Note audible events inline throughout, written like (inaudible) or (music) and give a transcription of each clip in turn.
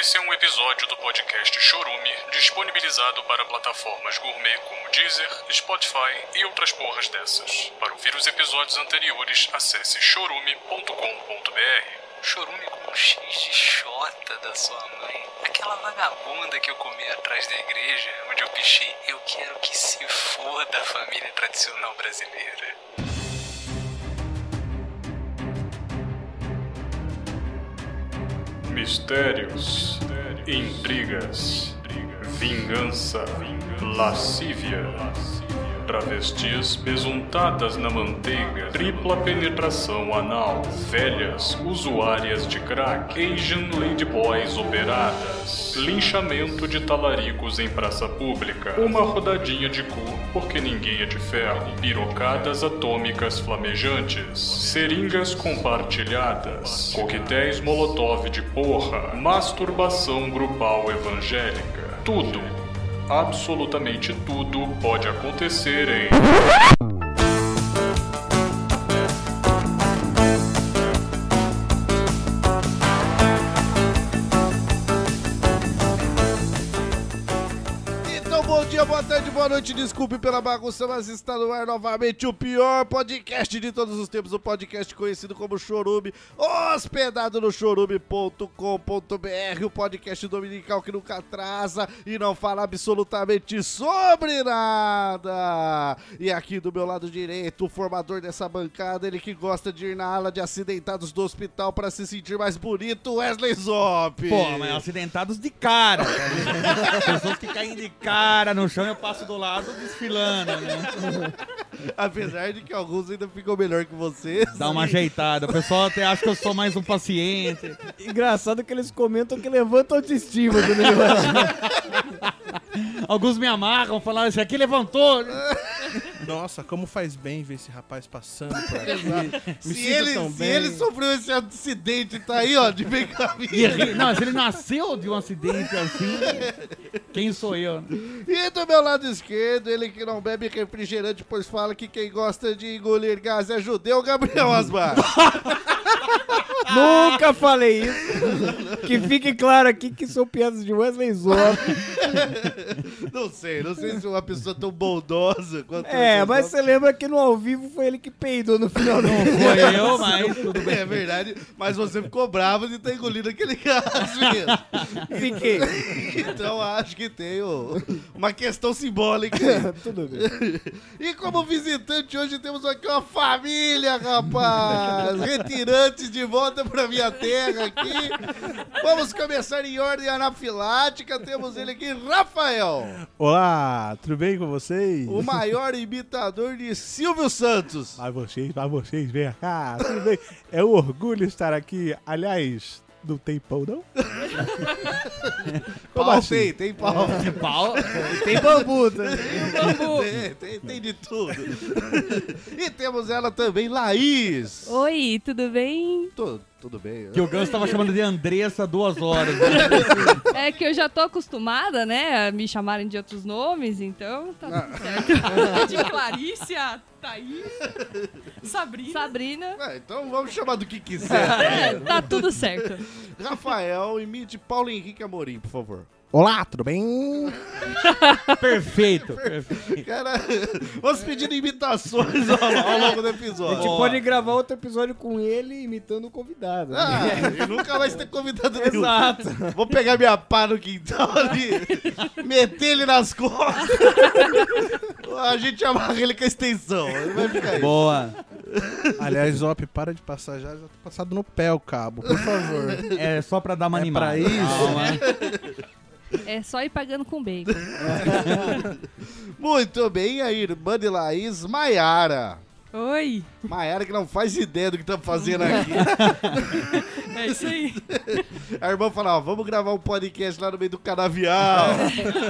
Esse é um episódio do podcast Chorume, disponibilizado para plataformas gourmet como Deezer, Spotify e outras porras dessas. Para ouvir os episódios anteriores, acesse chorume.com.br. Chorume com um X de Xota da sua mãe. Aquela vagabunda que eu comi atrás da igreja, onde eu pichei Eu quero que se foda a família tradicional brasileira. Mistérios, intrigas, vingança, lascívia, travestis besuntadas na manteiga, tripla penetração anal, velhas usuárias de crack, Asian ladyboys operadas, linchamento de talaricos em praça pública, uma rodadinha de cu porque ninguém é de ferro, pirocadas atômicas flamejantes, seringas compartilhadas, coquetéis molotov de porra, masturbação grupal evangélica. Tudo, absolutamente tudo pode acontecer em. Então, bom dia, boa tarde, boa noite. Desculpe pela bagunça, mas está no ar novamente o pior podcast de todos os tempos. O podcast conhecido como Chorume, hospedado no chorume.com.br. O podcast dominical que nunca atrasa e não fala absolutamente sobre nada. E aqui do meu lado direito, o formador dessa bancada, ele que gosta de ir na ala de acidentados do hospital para se sentir mais bonito, Wesley Zop. Pô, mas acidentados de cara. cara. Pessoas que caem de cara no chão e eu passo do lado desfilando, né? Apesar de que alguns ainda ficam melhor que vocês. Dá uma ajeitada. O pessoal até acha que eu sou mais um paciente. Engraçado que eles comentam que levanta a autoestima do negócio. Alguns me amarram, falaram, esse aqui levantou. Nossa, como faz bem ver esse rapaz passando por aqui. (laughs) se Me sinto ele, tão se bem. ele sofreu esse acidente, tá aí, ó, de bem (laughs) caminho. E ele- não, se ele nasceu de um acidente assim, quem sou eu? E do meu lado esquerdo, ele que não bebe refrigerante, pois fala que quem gosta de engolir gás é judeu, Gabriel (laughs) Asmar. Ah! Nunca falei isso. Que fique claro aqui que são piadas de Wesley Zop. não sei, não sei se uma pessoa tão bondosa quanto É, o mas Zop- você lembra que no ao vivo foi ele que peidou no final do Foi eu, mas tudo bem. (laughs) É verdade, mas você ficou bravo de estar engolindo aquele gás, menino. (laughs) Fiquei. (laughs) Então acho que tem ô, uma questão simbólica. aí. (laughs) Tudo bem. E como visitante, hoje temos aqui uma família, (laughs) rapaz! Retirantes de volta pra minha terra aqui. Vamos começar em ordem anafilática. Temos ele aqui, Rafael, Olá, tudo bem com vocês? o maior imitador de Silvio Santos. Pra vocês, pra vocês, vem cá, tudo bem? É um orgulho estar aqui. Aliás, não tem pão, não? Pau assim? tem, tem pau. De pau. Tem bambu tá? Tem, também. tem, tem de tudo. (laughs) E temos ela também, Laís. Oi, tudo bem? Tudo, tudo bem. né? Que o Ganso tava chamando de Andressa duas horas. né? É que eu já tô acostumada, né, a me chamarem de outros nomes, então tá tudo certo. de Clarice, a Thaís, Sabrina. Sabrina. Ah, então vamos chamar do que quiser. É, tá tudo certo. Rafael, imite Paulo Henrique Amorim, por favor. Olá, tudo bem? Perfeito. (laughs) perfeito. Cara, (laughs) vamos pedindo imitações ao, ao longo do episódio. Ó. Pode gravar outro episódio com ele imitando o convidado. né? Ah, e nunca mais ter convidado nenhum. Exato. Vou pegar minha pá no quintal ali, meter ele nas costas. A gente amarra ele com a extensão. Ele vai ficar aí. Boa. Aliás, Zop, para de passar já, já tá passado no pé o cabo, por favor. É só pra dar uma É animada. pra isso? Calma. É só ir pagando com bacon. Muito bem, a irmã de Laís, Maiara. Oi, Maiara que não faz ideia do que tá fazendo aqui. é isso aí. A irmã fala, ó, vamos gravar um podcast lá no meio do canavial,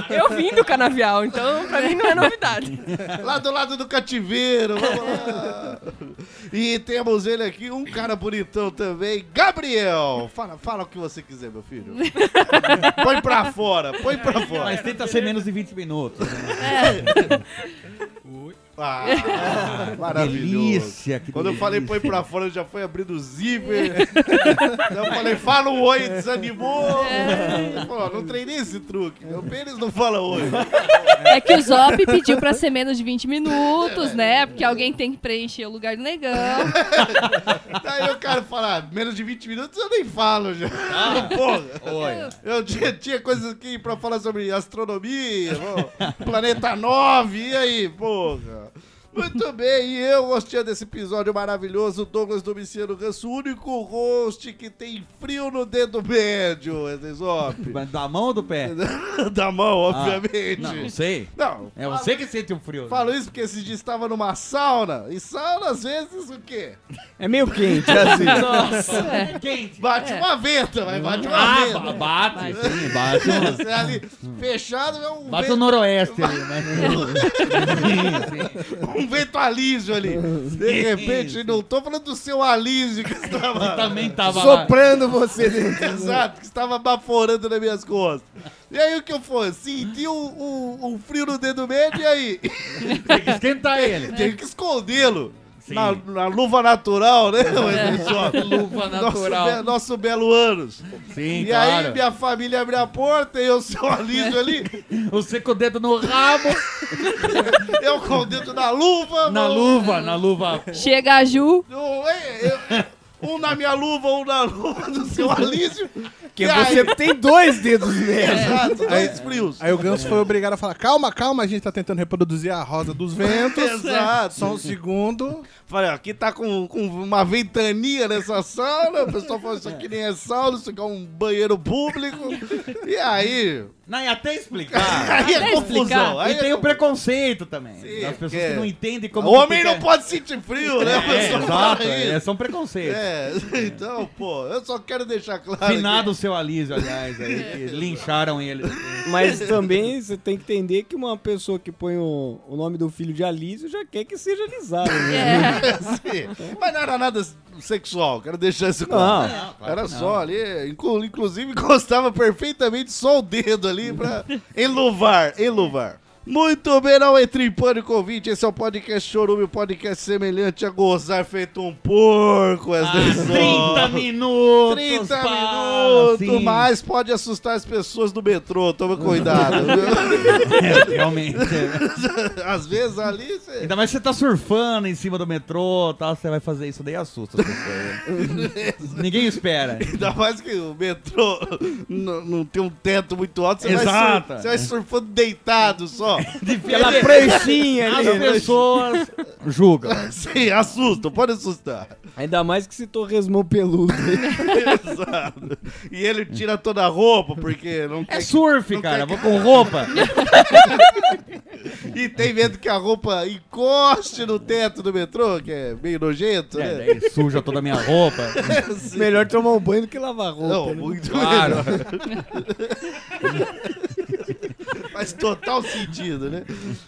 Eu vim do canavial, então pra mim não é novidade. lá do lado do cativeiro, vamos lá. E temos ele aqui, um cara bonitão também, Gabriel. Fala, fala o que você quiser, meu filho. Põe pra fora, põe pra fora. Mas tenta ser menos de 20 minutos. né? Ah, (laughs) maravilhoso. Delícia, que Quando eu delícia. falei põe pra fora, eu já foi abrindo o zíper. eu falei, fala um oi, desanimou. É. Pô, não treinei esse truque. Meu pênis não fala oi. É que o Zop pediu pra ser menos de 20 minutos, né? Porque alguém tem que preencher o lugar do negão. Daí o cara fala, ah, menos de 20 minutos eu nem falo já. Porra. Oi. Eu tinha, tinha coisas aqui pra falar sobre astronomia, pô, planeta 9, e aí, porra? Muito bem, e eu gostei desse episódio maravilhoso, Douglas Domiciano Ganso, o único host que tem frio no dedo médio, Exop. (laughs) Mas Da mão ou do pé? da mão, Ah, obviamente. Não, não sei. não, É você que sente o frio. falo isso porque esse dia estava numa sauna, e sauna às vezes o quê? É meio quente. Nossa, é quente. Bate uma venta, mas bate uma Ah, venta. ba- bate, sim, bate. um- Você tá ali, fechado, é um Bate vento- o noroeste ali, né? Sim, sim. um vento alísio ali. (laughs) De repente, não tô falando do seu alísio que Você estava. também tava lá. Soprando você dentro. né? Exato, que estava baforando nas minhas costas. E aí o que eu fui? Senti um, um- um frio no dedo médio e aí? Tem que esquentar ele. né? Teve que escondê-lo. Sim. É. Na, na luva natural, né? Mas, só, Luva Nosso, be- nosso belo anos. Sim, e claro. aí minha família abre a porta e eu sou alísio ali. Você com o dedo no rabo, Eu com o dedo na luva. na meu- luva, na luva. Chega a Ju. Eu- eu- eu- um na minha luva, um na luva do (laughs) seu Alísio. Porque E você tem (laughs) dois dedos aí, nele. exato, dois frios. Aí o Ganso foi obrigado a falar: calma, calma, a gente tá tentando reproduzir a rosa dos ventos. Exato. Só um segundo. Falei, ó, aqui tá com, com uma ventania nessa sala. O pessoal falou, isso aqui nem é sauna, isso aqui é um banheiro público. E aí? Não, e até explicar. aí é até confusão. explicar. (laughs) Aí E tem é o preconceito também. Sim, das pessoas porque- que não entendem como. confusão. Homem que não é. pode sentir frio, né? O É, pessoal fala exato, isso. é, são preconceitos. É, então, pô, eu só quero deixar claro. que- Finado o seu Alísio, aliás, aí, (laughs) que lincharam ele. Mas também você tem que entender que uma pessoa que põe o, o nome do filho de Alísio já quer que seja alisado. É. (laughs) Né? Sim, Assim. Mas não era nada sexual, quero deixar isso claro. Não, Era só ali, inclu- inclusive (laughs) encostava perfeitamente só o dedo ali pra enluvar, enluvar. Muito bem, não entre em pânico, ouvinte. Esse é o podcast Chorume, um podcast semelhante a gozar feito um porco. As Ah, 30 minutos! 30 pá, minutos, sim. mas pode assustar as pessoas do metrô, toma cuidado. viu? (laughs) É, realmente. Às vezes ali você... Ainda mais que você tá surfando em cima do metrô tá? Você vai fazer isso, daí assusta as pessoas. Ninguém (laughs) espera. Ainda mais que o metrô não, não tem um teto muito alto, você, vai, Exato. sur- você vai surfando deitado só. Pela Pranchinha As ali. pessoas julgam. Sim, assusta, pode assustar. Ainda mais que se torresmou peludo. (laughs) Exato. E ele tira toda a roupa, porque não É quer. surf, Não cara. tem- Vou (laughs) com roupa. E tem medo que a roupa encoste no teto do metrô, que é meio nojento, É, né? daí suja toda a minha roupa. Melhor tomar um banho do que lavar roupa. Assim. Não, né? muito Claro. (laughs) melhor. Faz total sentido, né?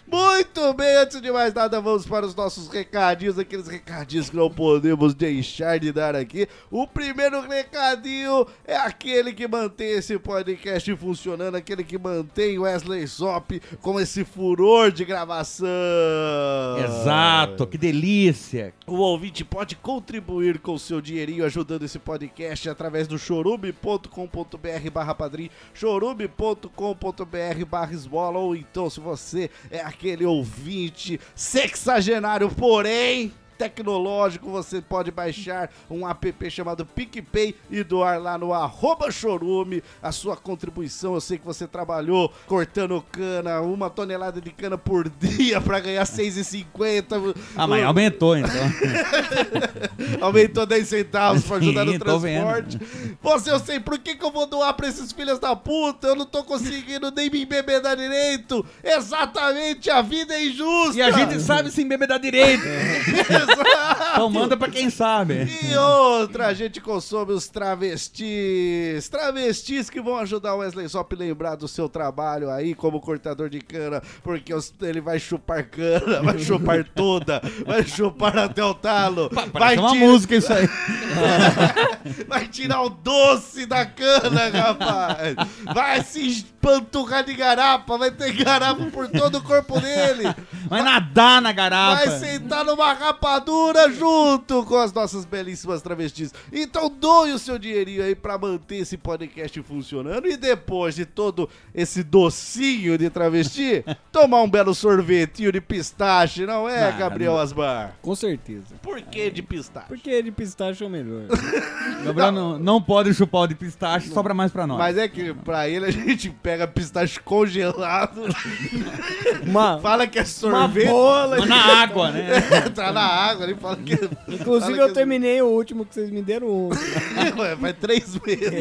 Muito bem, antes de mais nada, vamos para os nossos recadinhos, aqueles recadinhos que não podemos deixar de dar aqui. O primeiro recadinho é aquele que mantém esse podcast funcionando, aquele que mantém Wesley Zop com esse furor de gravação. (laughs) Exato, que delícia. O ouvinte pode contribuir com o seu dinheirinho ajudando esse podcast através do chorube.com.br barra padrim, chorube.com.br barra esbola, ou então se você é aquele ouvinte sexagenário, porém tecnológico, você pode baixar um app chamado PicPay e doar lá no arroba chorume a sua contribuição. Eu sei que você trabalhou cortando cana, uma tonelada de cana por dia para ganhar 6,50. Ah, mas aumentou então. Aumentou 10 centavos pra ajudar no Sim, tô transporte. Você, eu sei, por que, que eu vou doar pra esses filhos da puta? Eu não tô conseguindo nem me embebedar direito. Exatamente, a vida é injusta. (laughs) E a gente sabe se embebedar (laughs) direito. Exato. Então manda pra quem sabe. E outra, a gente consome os travestis. Travestis que vão ajudar o Wesley Zop a lembrar do seu trabalho aí como cortador de cana, porque os- ele vai chupar cana, vai chupar toda, vai chupar até o talo. Vai Parece uma tirar- música isso aí. Vai tirar o doce da cana, rapaz! Vai se panturrar de garapa, vai ter garapa por todo o corpo dele. Vai nadar na garapa. Vai sentar numa rapadura junto com as nossas belíssimas travestis. Então doe o seu dinheirinho aí pra manter esse podcast funcionando. E depois de todo esse docinho de (laughs) travesti, tomar um belo sorvetinho de pistache, não é, Ah, Gabriel Asbar? Com certeza. Por que de pistache? Porque de pistache é o melhor. Gabriel não, não pode chupar o de pistache, sobra mais pra nós. Mas é que pra ele a gente pega pistache congelado, né? Uma, fala que é uma sorvete. bola. Mas na água, né? (laughs) (laughs) tá na água, ele fala que. é- Inclusive, fala eu que- terminei o último que vocês me deram ontem. Ué, é, Faz três meses.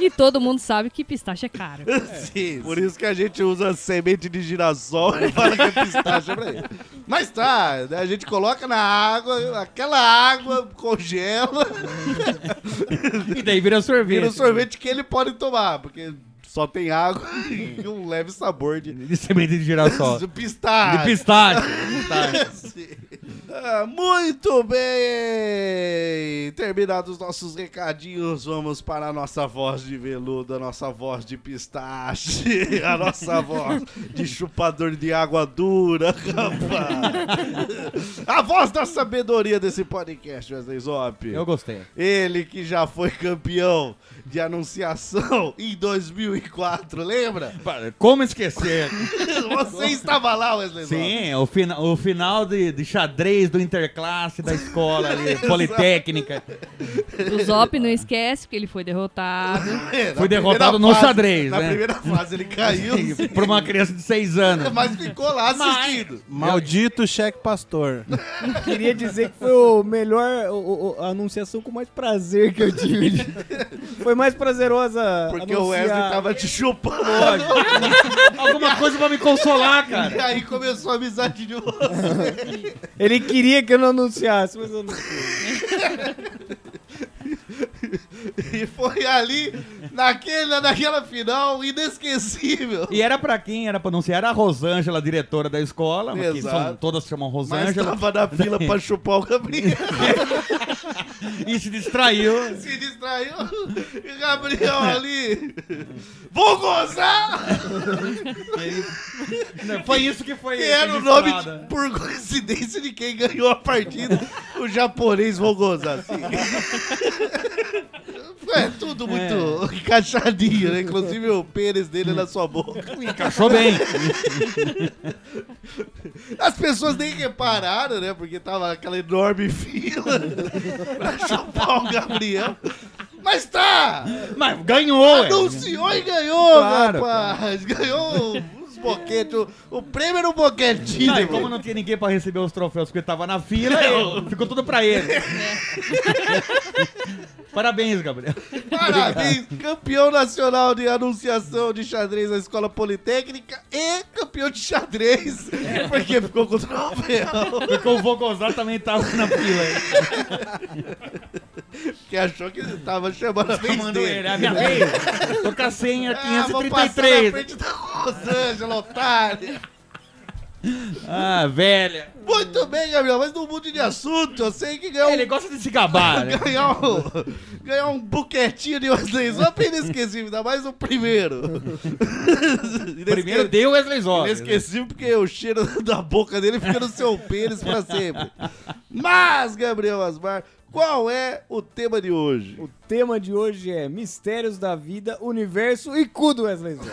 E todo mundo sabe que pistache é caro. Sim, Por isso que a gente usa semente de girassol e fala que é pistache pra ele. Mas tá, né, a gente coloca na água, aquela água congela, E daí vira sorvete. vira o sorvete que ele pode tomar, porque só tem água (laughs) e um leve sabor de De semente de (laughs) girassol. de De pistache. pistache. de pistache. Ah, Muito bem! Terminados os nossos recadinhos, vamos para a nossa voz de veludo, a nossa voz de pistache, a nossa voz de chupador de água dura, rapaz! A voz da sabedoria desse podcast, Wesley Zop. Eu gostei. Ele que já foi campeão de anunciação em 2004, lembra? (laughs) Como esquecer? Você estava lá, Wesley Zop. Sim, o, fina, o final de, de xadrez do interclasse da (laughs) escola ali, Politécnica. O Zop não esquece, porque ele foi derrotado. É, na Fui primeira derrotado no fase- xadrez, Na né? primeira fase ele (laughs) caiu, Pra uma criança de 6 (laughs) anos. mas ficou lá assistindo. Maldito cheque pastor. Queria dizer que foi o melhor, o- o- a anunciação com mais prazer que (laughs) eu tive. Foi mais prazerosa. Porque anunciar. o Wesley tava te chupando. Alguma coisa pra me (laughs) consolar, E cara. aí começou a amizade de você. Ele queria que eu não anunciasse, mas eu não. E foi ali, naquele, naquela final, inesquecível. E era pra quem? Era pra anunciar? Era a Rosângela, a diretora da escola. mas Que Exato. são, todas se chamam Mas Rosângela. tava na fila (laughs) pra chupar o Gabriel. tá- E (laughs) se distraiu. Se distraiu. E (laughs) Gabriel É. ali. Vou gozar! Foi isso que foi. Que era o nome, registrado. de- por coincidência, de quem ganhou a partida. O japonês vou gozar. Sim. (laughs) É tudo muito encaixadinho, né? Inclusive o pênis dele na sua boca. Achou bem. As pessoas nem repararam, né? Porque tava aquela enorme fila (laughs) pra chupar o Gabriel. Mas tá! Mas Ah, ganhou, é. ué. Anunciou e ganhou, Claro, rapaz! Ganhou os boquetes, o, o prêmio era um boquetinho. Não, Tá, e como não tinha ninguém pra receber os troféus porque tava na fila, eu- ficou tudo pra ele. É. (laughs) Parabéns, Gabriel. Parabéns, campeão nacional de anunciação de xadrez na Escola Politécnica e campeão de xadrez, É. porque ficou com o troféu. Porque o Vogozar também tava na fila. (laughs) hein? Que achou que ele tava chamando a vez Mandou dele. ele. A minha vez. Tô com a senha Ah, vou passar na 533. frente da Rosângela, otário. Ah, velha. Muito bem, Gabriel, mas não mude de assunto. Eu sei que ganhar um, Ele gosta de se gabar, né? ganhar um, ganhar um buquetinho de Wesley Zop é inesquecível, ainda mais o primeiro. Primeiro deu Wesley Zop. Inesquecível porque o cheiro (laughs) da boca dele fica no seu pênis pra sempre. Mas, Gabriel Asmar, qual é o tema de hoje? O tema de hoje é Mistérios da Vida, Universo e Cu do Wesley Zop.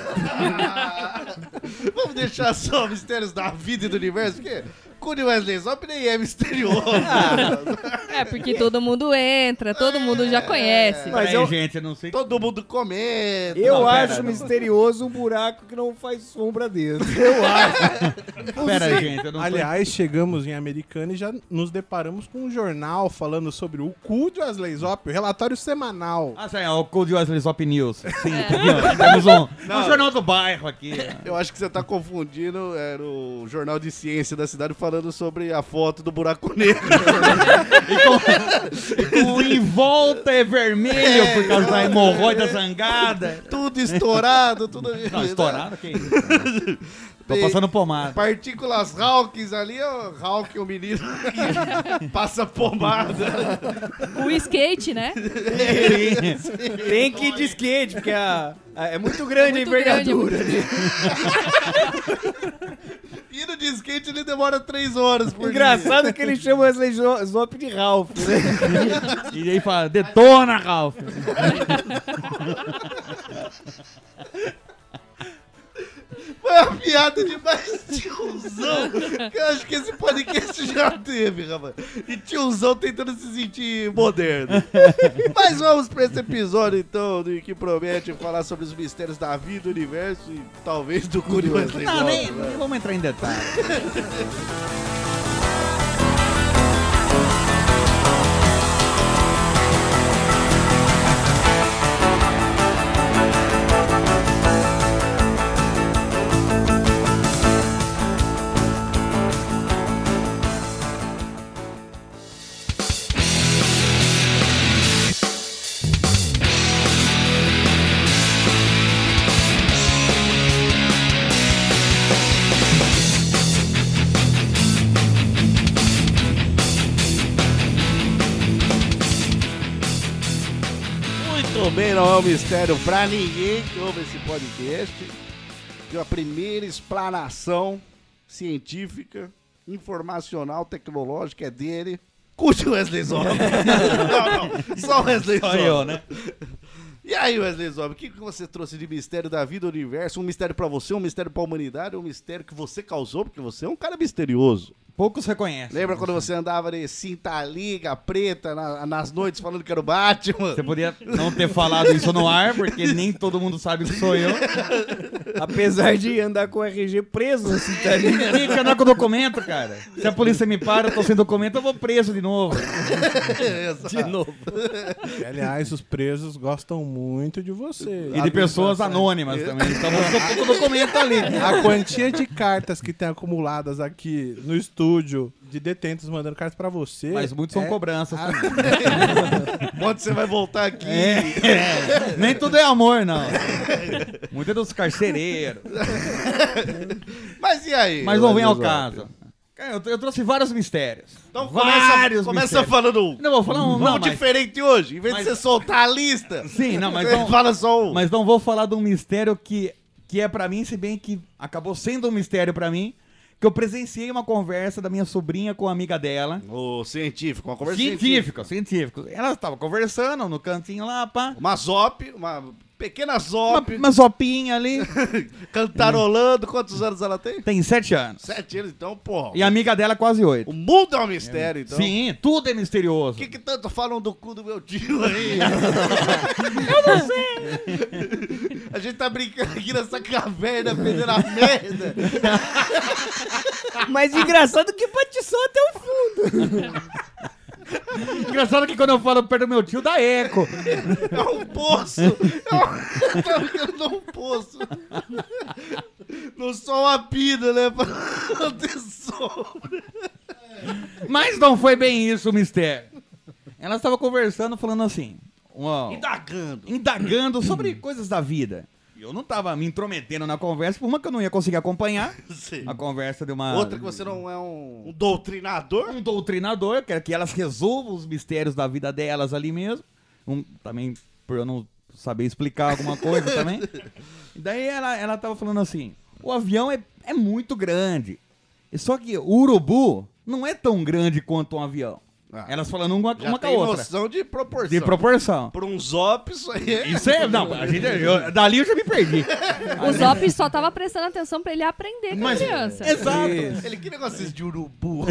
Vamos deixar só mistérios da vida e do universo, porque cu de Wesley Zop nem é misterioso. É, porque todo mundo entra, todo mundo já conhece. Mas Mas eu- gente, eu não sei. Todo mundo comenta. Eu Não, pera, acho não. misterioso um buraco que não faz sombra dentro. Eu acho. Pera, gente, eu não tô- Aliás, chegamos em Americana e já nos deparamos com um jornal falando sobre o cu de Wesley Zop, o (laughs) relatório semanal. Ah, sim, é o Cold Wesley Zop News. Sim, entendeu? temos um, um jornal do bairro aqui. Eu acho que você tá confundindo, era o Jornal de Ciência da cidade falando sobre a foto do buraco negro. (laughs) O em volta é vermelho por causa da hemorroida zangada. tudo estourado, tudo. Não, estourado, que isso? Tô passando pomada. Partículas Hawkins ali, é o Hawking, o menino que passa pomada. O skate, né? (laughs) Tem que ir de skate, porque a- a- é muito grande Muito a envergadura. né? E no de skate ele demora três horas por Engraçado que ele chama essa jo- Zop de Ralph, né? E aí fala, detona, Ralph. dia. Foi uma piada de mais tiozão que eu acho que esse podcast já teve, rapaz. E tiozão tentando se sentir moderno. Mas vamos pra esse episódio, então, do que promete falar sobre os mistérios da vida, do universo e talvez do curioso. né? Não, nem, nem vamos entrar em (laughs) detalhes. Muito bem, não é um mistério pra ninguém que ouve esse podcast. De uma primeira explanação científica, informacional, tecnológica é dele. Curte o Wesley (laughs) Zop. não, não, só o Wesley Só Zop. eu, né? E aí, Wesley Zop, o que que você trouxe de mistério da vida, do universo? Um mistério pra você, um mistério pra humanidade, um mistério que você causou, porque você é um cara misterioso. Poucos reconhecem. Lembra quando você andava de cinta liga preta na- nas noites falando que era o (laughs) Batman? Você podia não ter falado isso no ar, porque nem todo mundo sabe que sou eu. (laughs) Apesar de andar com o RG preso, assim, tá ligado? Tem que andar é com documento, cara. Se a polícia me para, eu tô sem documento, eu vou preso de novo. Exato. Aliás, os presos gostam muito de você. um E de pessoas anônimas também. Então eu tô com documento ali. A quantia de cartas que tem acumuladas aqui no estúdio de detentos mandando cartas pra você. Mas muitos são é- cobranças também. Quando você vai voltar aqui? É. Nem tudo é amor, não. Muito é dos carcereiros. Mas e aí? Mas não vem ao Wesley Zop? caso. Cara, eu, eu trouxe vários mistérios. Então começa, vários começa falando um. Não, vou falar um. Não, Vamos mas, diferente hoje. Em vez mas- de você soltar a lista, sim, (laughs) não, mas você não, fala só um. mas não vou falar de um mistério que, que é pra mim, se bem que acabou sendo um mistério pra mim, que eu presenciei uma conversa da minha sobrinha com a amiga dela. O científico, uma conversa científica. Científico, científico. Elas estavam conversando no cantinho lá, pá. Uma zop, uma pequena Uma, zop, uma sopinha ali. (laughs) cantarolando. Quantos anos ela tem? Tem sete anos. Sete anos, então, porra. E a amiga dela quase oito. O mundo é um mistério, então. Sim, tudo é misterioso. O que, que tanto falam do cu do meu tio aí? Eu (laughs) não sei. A gente tá brincando aqui nessa caverna, perdendo a merda. Mas engraçado que patiçou até o fundo. Engraçado que quando eu falo perto do meu tio, dá eco. É um poço! É um... (laughs) Tá ficando um poço! Não só uma pina, né? (laughs) Pra não ter som. Mas não foi bem isso o mistério. Elas estavam conversando, falando assim. Então, uma- Indagando. indagando sobre coisas da vida. E eu não tava me intrometendo na conversa, por uma que eu não ia (laughs) conseguir acompanhar. Sim. A conversa de uma. Outra que você não é um, um doutrinador? um doutrinador, eu quero que elas resolvam os mistérios da vida delas ali mesmo. Um- também por eu não saber explicar alguma coisa (laughs) também. E daí ela, ela tava falando assim: o avião é, é muito grande. E Só que o urubu não é tão grande quanto um avião. Ah. elas falando uma, Já uma com a tem outra. noção de proporção. De proporção. Por um zop, isso aí é... Isso é. Não, a gente, eu- dali eu já (laughs) me perdi. O Zop só tava prestando atenção pra ele aprender com a criança. Exato. Ele que negócio de (laughs) urubu.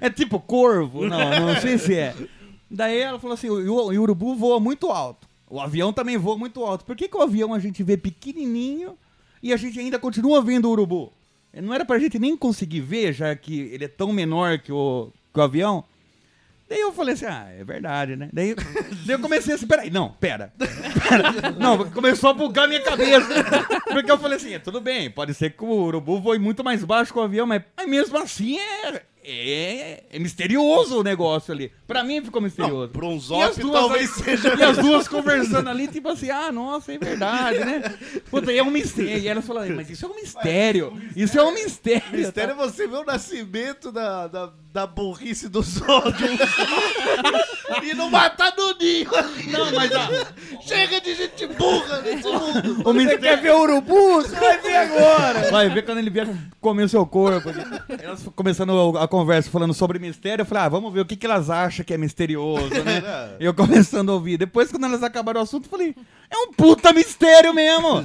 É tipo corvo? Não, não sei se é. Daí ela falou assim: o, o urubu voa muito alto. O avião também voa muito alto. Por que, que o avião a gente vê pequenininho e a gente ainda continua vendo o urubu? Não era pra gente nem conseguir ver, já que ele é tão menor que o, que o avião. Daí eu falei assim, ah, é verdade, né? Daí, daí eu comecei assim, peraí, não, pera. Pera. Não, começou a bugar minha cabeça. (laughs) Porque eu falei assim, tudo bem, pode ser que o urubu voe muito mais baixo que o avião, mas, mas mesmo assim é, é, é misterioso o negócio ali. Pra mim ficou misterioso. Pra um E as zop, duas talvez aí- seja. E as duas conversando ali, tipo assim, ah, nossa, é verdade, né? Puta, e é um mistério. E elas falando, mas isso é um mistério. Isso é um mistério. Mistério é você ver o nascimento da, da, da burrice dos outros (laughs) e não matar no ninho. Não, mas a, Chega de gente burra nesse mundo. o Você mistério quer ver o urubu? Você vai ver agora. Vai ver quando ele vier comer o seu corpo. Elas f- começando a conversa falando sobre mistério, eu falei, ah, vamos ver o que, que elas acham que é misterioso, né? eu começando a ouvir. Depois, quando elas acabaram o assunto, eu falei, é um puta mistério mesmo!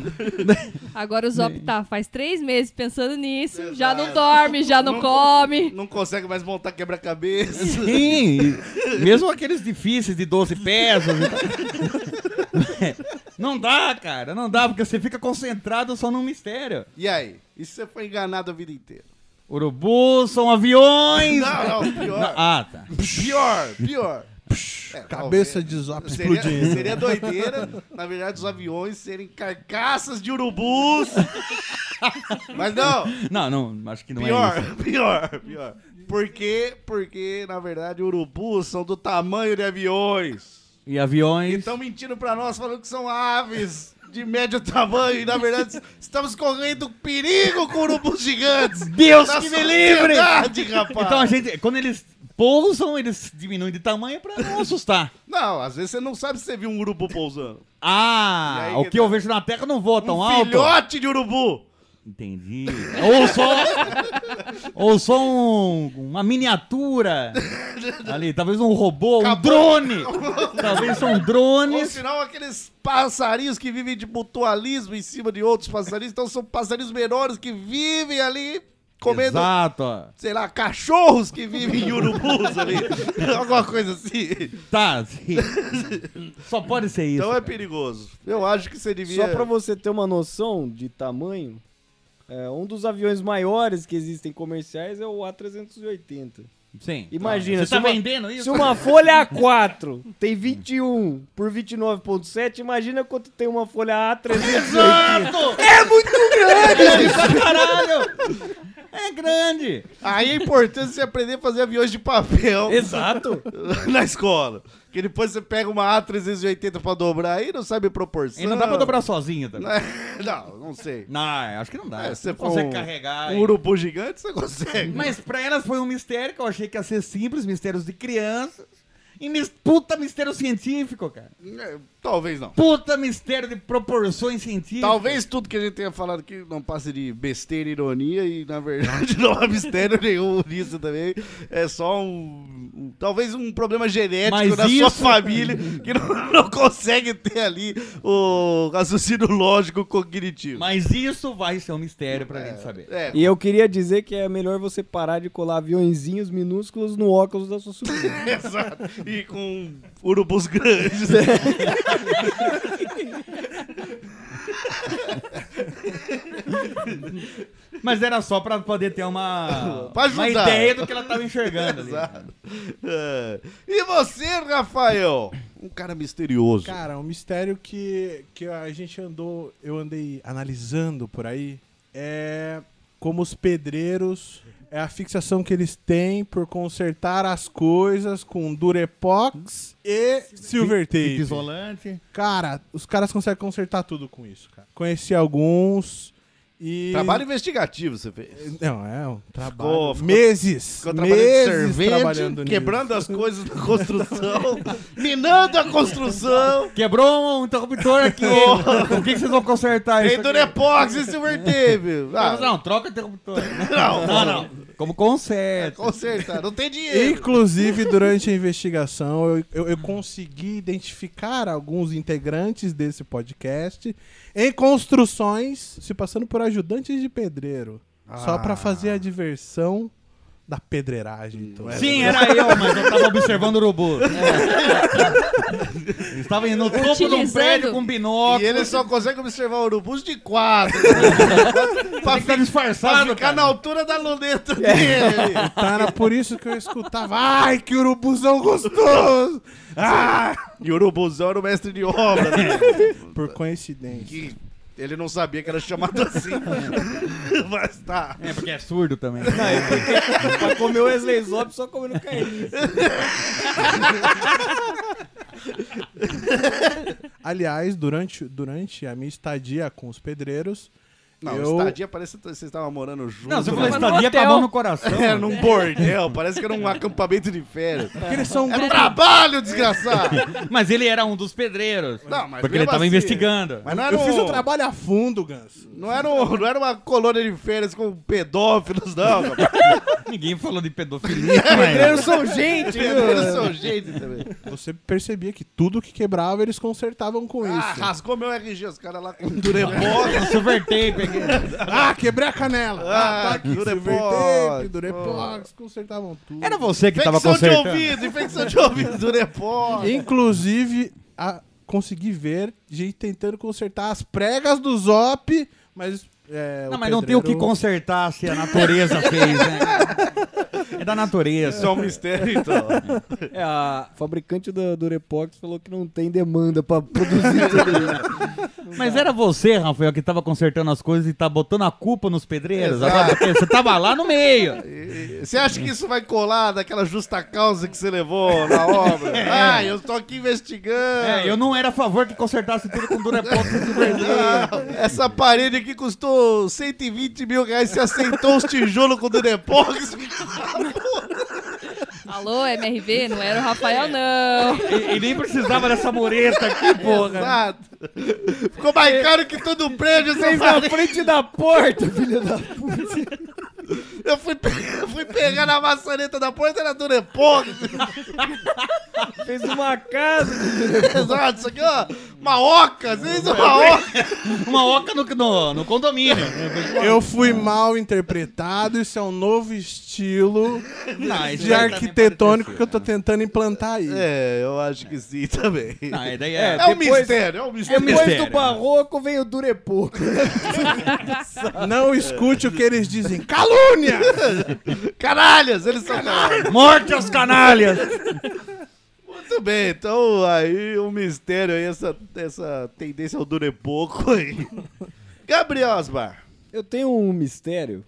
Agora o Zop tá faz três meses pensando nisso, já não dorme, já não, come. Não consegue mais montar quebra-cabeça. Sim! e Mesmo aqueles difíceis de 12 pesos. e tal. Não dá, cara, não dá, porque você fica concentrado só num mistério. E aí? E se você foi enganado a vida inteira? Urubu são aviões! Não, não, pior. Ah, tá. Pior, pior. É, Cabeça talvez. de zop Seria, explodindo. seria doideira, na verdade, os aviões serem carcaças de urubus. (laughs) Mas não, Não, não, acho que não é pior, isso. (laughs) pior, pior. Porque, porque, na verdade, urubus são do tamanho de aviões. E aviões. E estão mentindo pra nós falando que são aves de médio tamanho. E, na verdade, (laughs) estamos correndo perigo com urubus gigantes. Deus Na que me livre! sociedade, rapaz. Então a gente, quando eles pousam, eles diminuem de tamanho pra não assustar. Não, às vezes você não sabe se você viu um urubu pousando. Ah, E aí, o que que eu tal? vejo na terra não voa tão um alto. filhote de urubu. Entendi. Ou só ou só um- (laughs) uma miniatura. Ali, talvez um robô, um Acabou. (laughs) drone. talvez são Ou drones. senão aqueles passarinhos que vivem de mutualismo em cima de outros passarinhos. Então são passarinhos menores que vivem ali comendo, Exato. ó. sei lá, cachorros que vivem em urubus ali. (laughs) Alguma coisa assim. (laughs) Tá. sim. Só pode ser isso. Então é cara. perigoso. Eu acho que você devia... Só pra você ter uma noção de tamanho, é, um dos aviões maiores que existem comerciais é o A380. Sim. Imagina, Você se tá uma- vendendo isso? Se uma folha A4 tem 21 por 29,7, imagina quanto tem uma folha A380. É É Caralho! É grande. Aí a importância de você aprender a fazer aviões de papel Exato. (laughs) na escola. Que depois você pega uma A380 pra dobrar e não sabe a proporção. E não dá pra dobrar sozinho também. (laughs) Não, não sei. Não, acho que não dá. É, você você não for consegue um- carregar. Um urubu gigante você consegue. Mas pra elas foi um mistério que eu achei que ia ser simples, mistérios de crianças. E mis- puta mistério científico, cara. É, Talvez não. Puta mistério de proporções científicas. Talvez tudo que a gente tenha falado aqui não passe de besteira e ironia e, na verdade, (laughs) não há mistério nenhum nisso também. É só um... um- talvez um problema genético Mas da sua isso- família que não, (laughs) não consegue ter ali o raciocínio lógico cognitivo. Mas isso vai ser um mistério pra gente saber. É, E eu queria dizer que é melhor você parar de colar aviõezinhos minúsculos no óculos da (laughs) sua sobrinha. (laughs) exato. E com urubus grandes. né? (laughs) É. Mas era só pra poder ter uma, Pra uma ajudar. ideia do que ela tava enxergando ali. Exato. É. E você, Rafael? Um cara misterioso. Cara, um mistério que, que a gente andou, eu andei analisando por aí, é como os pedreiros, é a fixação que eles têm por consertar as coisas com durepox e silver Fita tape. Isolante. Cara, os caras conseguem consertar tudo com isso, cara. Conheci alguns e... Trabalho investigativo você fez. Não, é um trabalho. Ficou- ficou- meses. Ficou trabalhando de meses servente, trabalhando nisso. quebrando as coisas da construção, (laughs) minando a construção. Quebrou um interruptor aqui. (laughs) o que, que vocês vão consertar Tem Ah, isso? aqui? é- Durepox e Silver (laughs) Tape. Ah, Não, troca o interruptor. (laughs) não, Não, não. Como conserto. Consertar, não tem dinheiro. Inclusive, durante a investigação, eu, eu- eu consegui identificar alguns integrantes desse podcast em construções se passando por ajudantes de pedreiro. Só Ah. pra fazer a diversão da É, pedreiragem. Então, Sim, era eu, mas eu tava observando o urubu. É. Estava no topo de um Utilizando. prédio com E binóculo. ele só consegue observar urubus de quadro. (laughs) pra Tem que tá fi- pra disfarçado, ficar cara. É. na altura da luneta dele. Tá, era por isso que eu escutava. Ai, que urubuzão gostoso! Ah! (laughs) E o urubuzão era o mestre de obra. né? Por coincidência. que Ele não sabia que era chamado (laughs) assim. Mas tá. É, porque é surdo também. pra comer o Wesley Zop só comendo carniça. Aliás, durante, durante a minha estadia com os pedreiros, Não, eu... estadia parece que vocês estavam morando juntos. Não, você falou né? estadia com a hotel. mão no coração. É, num bordel, parece que era um acampamento de férias. Porque eles são um É grupo... trabalho, desgraçado! Mas ele era um dos pedreiros. Não, mas porque ele mesmo tava assim- investigando. Mas não era Eu fiz um- o trabalho a fundo, Ganso. Não era, um- não era uma colônia de férias com pedófilos, não. rapaz. Ninguém falou de (laughs) pedofilia. Pedreiros são gente, Pedreiros viu? são gente também. Você percebia que tudo que quebrava, eles consertavam com Ah, isso. rasgou meu RG, os caras (laughs) lá com durepó. Silver tape aqui. Ah, quebrei a canela. Ah, Ah, tá aqui. durepox, Durepox, Durepox, consertavam tudo. Era você que tava Infecção de consertando. ouvido, infecção de ouvido, é durepó. Inclusive, a- consegui ver gente tentando consertar as pregas do Zop, mas. é, Não, mas não tem o que pedreiro- consertar se a natureza fez, né? É da natureza. Isso é um mistério, então. É, a fabricante da Durepox falou que não tem demanda pra produzir tudo isso. Mas era você, Rafael, que tava consertando as coisas e tá botando a culpa nos pedreiros. Exato. Agora, porque você tava lá no meio. E- e- Você acha que isso vai colar daquela justa causa que você levou na obra? Ah, eu tô aqui investigando. É, eu não era a favor que consertasse tudo com Durepox e Silver Tape. Não, essa parede aqui custou 120 mil reais. Você aceitou os tijolos com o Durepox? Alô, MRV? Não era o Rafael, não. E, e nem precisava dessa mureta aqui, porra. Exato. Ficou mais caro que todo o prédio. essa na parede. frente da porta, filha da puta. Eu fui, pe- eu fui pegar na maçaneta da porta, era Durepox. Fez uma casa. Exato, isso aqui, ó. Uma oca, às vezes uma oca. Uma oca no, no, no condomínio. Eu fui mal interpretado, isso é um novo estilo Não, isso tá- de aí também arquitetônico que eu tô tentando implantar aí. É, eu acho que sim também. pode- Não, a ideia é... É um depois- mistério, é um mistério. Depois do Mistério. barroco veio o Durepoco. Não escute o que eles dizem. Calúnia! (laughs) Caralhas, eles são caralhos. é Morte aos canalhas! Muito bem, então aí um mistério aí, essa, essa tendência ao durepoco aí. Gabriel Osmar, Eu tenho um mistério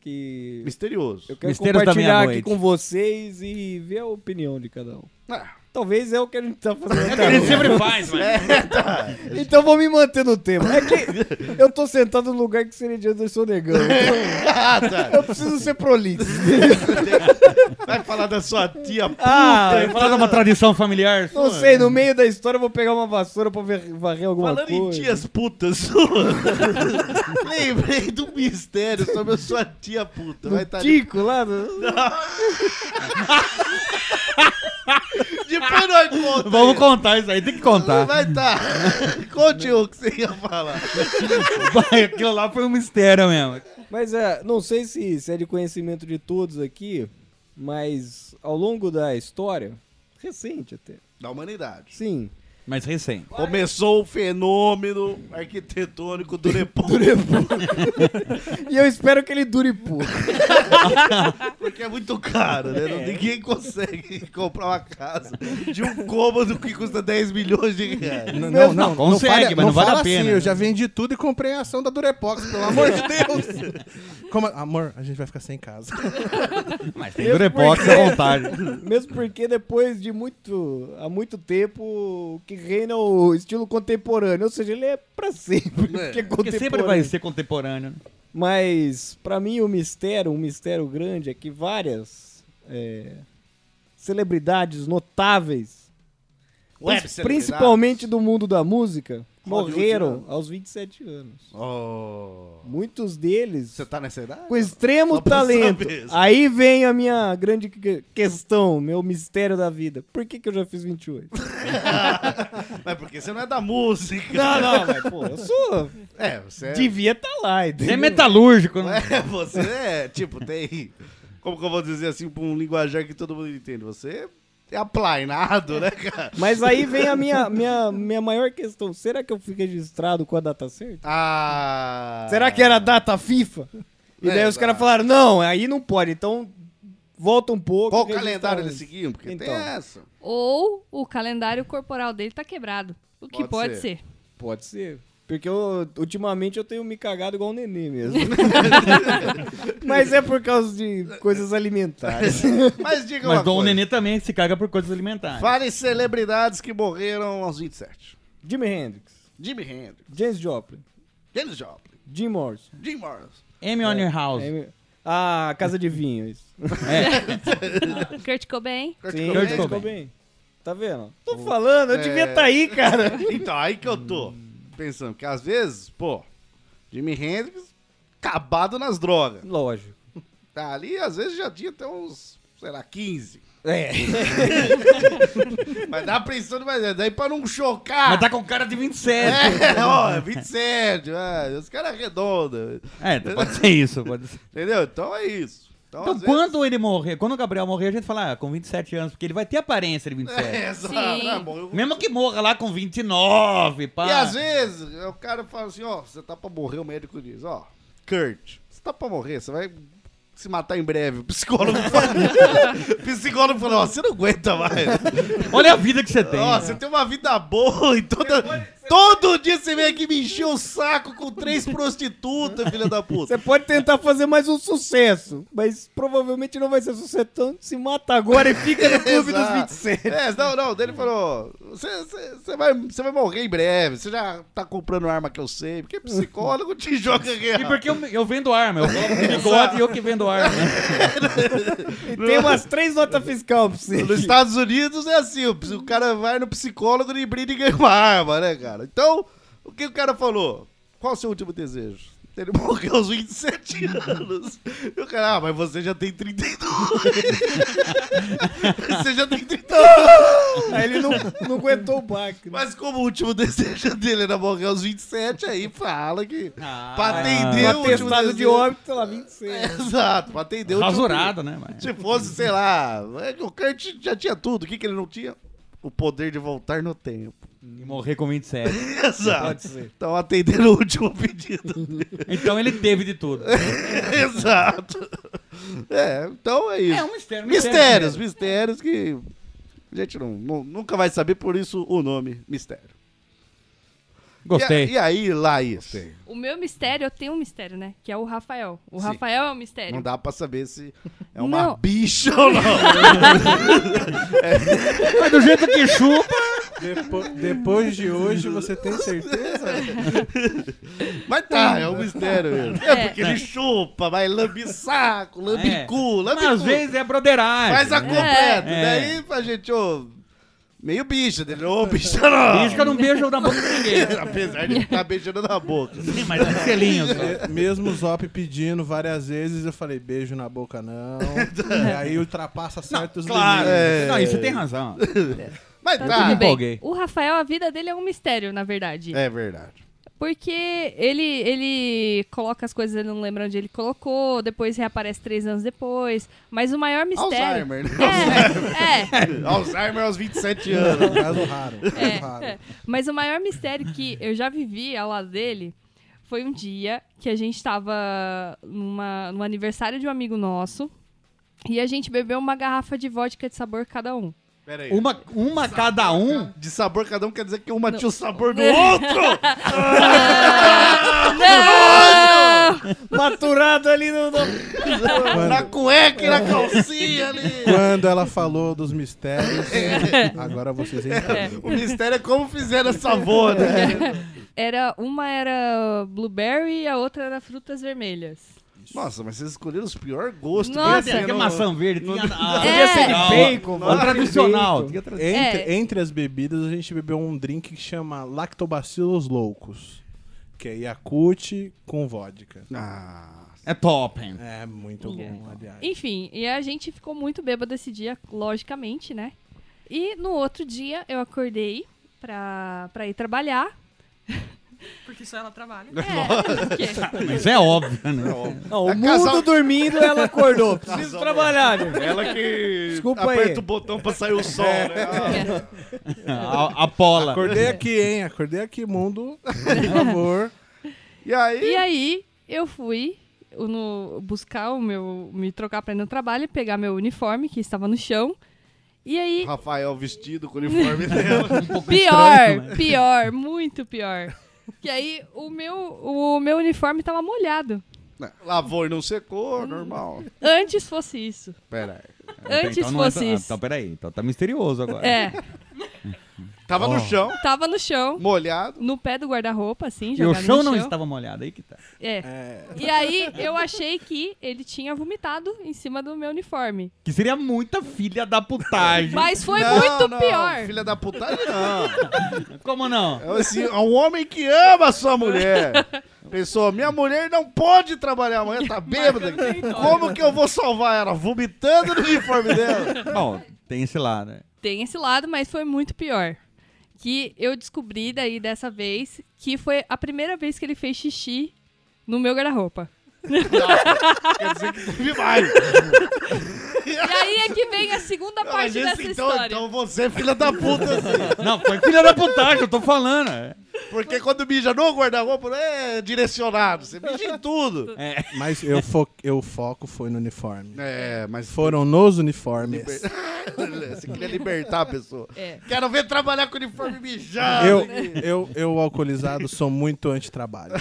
que misterioso. eu quero Mistério da compartilhar aqui meia-noite. com vocês e ver a opinião de cada um. Ah, Talvez é o que a gente tá fazendo até Ele agora. sempre faz, mano. Então vou me manter no tema. É (laughs) que eu tô sentado no lugar que seria de Anderson Negão. Então Ah, tá. eu preciso ser prolixo. Vai falar da sua tia. Ah, Vai falar de uma tradição familiar não sua? sei, no meio da história eu vou pegar uma vassoura pra ver- varrer alguma Falando em coisa. tias putas sua. (laughs) Lembrei de um mistério sobre a sua tia puta. Vai tá de... Tico lá. do- Depois nós conta. Vamos aí. contar isso aí, tem que contar. Vai tá. (laughs) Conte o que você ia falar. Vai, Aquilo lá foi um mistério mesmo. Mas é, não sei se, se é de conhecimento de todos aqui, mas ao longo da história, recente até, Da humanidade. sim, Mas recém. Começou o fenômeno arquitetônico durepoco. E eu espero que ele dure pouco. Porque é muito caro, né? Não- Ninguém consegue (laughs) comprar uma casa de um cômodo que custa 10 milhões de reais. Não, não, consegue, mas não vale fala a pena. Assim, eu já vendi tudo e comprei a ação da (laughs) Durepox, pelo amor de Deus. Como- amor, a gente vai ficar sem casa. Mas tem Durepox à vontade. Mesmo porque depois de muito. há muito tempo, o que reina é o estilo contemporâneo. Ou seja, ele é pra sempre. É, que Porque é contemporâneo. sempre vai ser contemporâneo. né? Mas, pra mim, o mistério, um mistério grande é que várias é, celebridades notáveis, Web prin- celebridades. principalmente do mundo da música, Hollywood, né? morreram aos 27 anos. Oh. Muitos deles Você tá nessa idade? com extremo Só pra talento. saber. Aí vem a minha grande que- questão, meu mistério da vida. Por que, que eu já fiz 28? (laughs) Mas porque você não é da música. é. não, não, mas pô, eu sou. É, você (laughs) é. Devia estar lá, Você é entendeu? metalúrgico, né? É, você é. Tipo, tem. Como que eu vou dizer assim pra um linguajar que todo mundo entende? Você é aplainado, né, cara? Mas aí vem a minha, minha, minha maior questão. Será que eu fui registrado com a data certa? Ah. Será que era data FIFA? E É, daí os caras exato. falaram, não, aí não pode, então volta um pouco. Qual o e registra calendário eles antes. seguiam? Porque tem Então. (laughs) essa. Ou o calendário corporal dele tá quebrado. O que Pode pode, ser. Pode ser. Porque eu- ultimamente eu tenho me cagado igual um (laughs) nenê mesmo. Mas é por causa de coisas alimentares. Mas diga Mas uma Dom coisa. Nenê também se caga por coisas alimentares. Fale celebridades que morreram aos 27. Jimi Hendrix, Jimi Hendrix, James Joplin, James Joplin, Jim Morrison. Jim Morrison. Amy É, House. Amy- Ah, Casa de Vinhos. Kurt Cobain. Kurt Sim, Cobain. Kurt ficou Cobain. bem. Tá vendo? Tô falando, É. eu devia estar tá aí, cara. Então, aí que eu tô pensando, que às vezes, pô, Jimi Hendrix acabado nas drogas. Lógico. Tá ali, às vezes já tinha até uns, sei lá, 15. É. Mas dá pensando, mas é daí pra não chocar. Mas tá com cara de 27. (laughs) É, ó, 27, é, os caras arredondam, É, pode ser isso. Pode ser. entendeu? Então é isso. Então, às vezes- quando ele morrer, quando o Gabriel morrer, a gente fala, ah, com 27 anos, porque ele vai ter aparência de 27. (laughs) É, exato. Sim. Ah, bom, eu- Mesmo que morra lá com 29, pá. E Ah. às vezes, o cara fala assim, ó, você tá pra morrer, o médico diz, ó, Kurt, você tá pra morrer, você vai se matar em breve. O psicólogo fala, (laughs) o psicólogo fala, ó, você não aguenta mais. Olha a vida que você tem. Ó, né? você tem uma vida boa e toda... Todo dia você vem aqui me encher o saco com três prostitutas, filha da puta. Você pode tentar fazer mais um sucesso, mas provavelmente não vai ser sucesso. Então se mata agora e fica no clube tá dos Exato. 27. É, não, não, daí ele falou: você você- você vai, você vai morrer em breve, você já tá comprando arma que eu sei, porque psicólogo te joga real. (laughs) E porque eu, eu vendo arma, eu (laughs) coloco de bigode e eu que vendo arma. né? E tem umas três notas fiscal pra você. Nos Estados Unidos é assim, o ps- o cara vai no psicólogo e brinda e ganha uma arma, né, cara? Então, o que o cara falou? Qual o seu último desejo? Ele morreu aos 27 anos. E o cara, ah, mas você já tem 32. (laughs) você já tem 32. Aí ele não, não aguentou o baque. né? Mas como o último desejo dele era morrer aos 27, aí fala que... Ah, pra atender o Um último atestado de desejo- óbito, sei lá, 26. É, Exato, pra atender o último- Rasurado, né? Mas... Se fosse, sei lá, é que o Kurt já tinha tudo. O que, que ele não tinha? O poder de voltar no tempo. E morrer (laughs) com 27. Exato. Então atendendo o último (laughs) pedido. Então ele teve de tudo. Exato. É, então é isso. É um mistério. mistérios, um mistério mesmo. mistérios que a gente não, nu- nunca vai saber, por isso o nome mistério. Gostei. E, a- e aí, Laís? O meu mistério, eu tenho um mistério, né? Que é o Rafael. O Rafael é um mistério. Não dá pra saber se é uma Não. bicha ou não. Mas do jeito (laughs) que chupa. (laughs) Depo- depois de hoje, você tem certeza? Mas tá, é um mistério mesmo. É, É. porque ele chupa, vai lambe saco, lambe É. cu, lambe Mas às cu. vezes é broderagem. Faz a completa. É. Daí a gente, ô, meio bicha dele. Ô, bicha não. Bicho que eu não beijo na boca de ninguém. (laughs) Apesar de ficar beijando na boca. (laughs) Sim, mas é um selinho. só. É, Mesmo o Zop pedindo várias vezes, eu falei, beijo na boca não. e aí ultrapassa certos Claro. limites. É. Não, isso tem razão. Mas Tá tá. tudo bem. empolguei. O Rafael, a vida dele é um mistério, na verdade. É verdade. Porque ele, ele coloca as coisas, ele não lembra onde ele colocou, depois reaparece três anos depois. Mas o maior mistério. Alzheimer, né? É, é, Alzheimer aos 27 anos. né? Caso raro. É, Caso raro. é. Mas o maior mistério que eu já vivi ao lado dele foi um dia que a gente tava numa, no aniversário de um amigo nosso e a gente bebeu uma garrafa de vodka de sabor cada um. Pera aí. Uma, uma cada um. De sabor, cada um quer dizer que uma tinha o sabor do É. outro! (laughs) Maturado ali no. no- na cueca e na calcinha ali! Quando ela falou dos mistérios, agora vocês entendem. O mistério é como fizeram essa voa, né? Era, uma era blueberry e a outra era frutas vermelhas. Nossa, mas vocês escolheram os piores gostos. Nossa. Tinha que que é maçã verde, tinha a, É. Podia ser de Não, bacon, é a, a mano. né? tradicional. Bacon. Tinha tra- Entre, É. entre as bebidas, a gente bebeu um drink que chama Lactobacilos Loucos. Que é Yakut com vodka. Ah, É top, hein? É muito bom, aliás. Enfim, e a gente ficou muito bêbado esse dia, logicamente, né? E no outro dia eu acordei pra, pra ir trabalhar. (laughs) Porque só ela trabalha. É, porque- Mas é óbvio, né? Não, A o mundo É casal- dormindo, ela (laughs) acordou. Preciso trabalhar, meu. ela que Desculpa aí. aperta o botão pra sair É. o sol, né? A, a pola. Acordei aqui, hein? Acordei aqui, (laughs) mundo. Por favor. E aí, E aí eu fui eu no- buscar o meu. me trocar pra ir no trabalho, pegar meu uniforme que estava no chão. E aí, (laughs) Rafael vestido com o uniforme dela. né? pior, pior, muito pior. Que aí o meu, o meu uniforme tava molhado. Lavou e não secou, normal. Antes fosse isso. Pera aí. Antes então não é fosse tão- ah, isso. Então, peraí. Então tá misterioso agora. É, Tava no chão, tava no chão, molhado. no pé do guarda-roupa, assim, E o jogado no chão não chão. estava molhado, aí que tá. É. E aí eu achei que ele tinha vomitado em cima do meu uniforme. Que seria muita filha da putagem. Mas foi Não, muito não, pior. Filha da puta, não. Como não? É assim, é um homem que ama a sua mulher. Pensou, minha mulher não pode trabalhar amanhã, tá bêbada. Como que eu vou salvar ela? Vomitando no uniforme (laughs) dela. Bom, tem esse lá, né? Tem esse lado, mas foi muito pior. Que eu descobri daí dessa vez que foi a primeira vez que ele fez xixi no meu guarda-roupa. Quer dizer que teve mais. E aí é que vem (laughs) a segunda Ela parte disse, dessa então, história. então você é filha da puta, assim. Não, foi filha da putagem, eu tô falando. é. Porque quando mija no guarda-roupa, não é direcionado. Você mija em tudo. Mas eu, fo eu foco foi no uniforme. É, mas Foram nos uniformes. você queria libertar a pessoa. É. Quero ver trabalhar com uniforme mijado. (laughs) Eu, aqui. eu, eu, alcoolizado, sou muito anti-trabalho.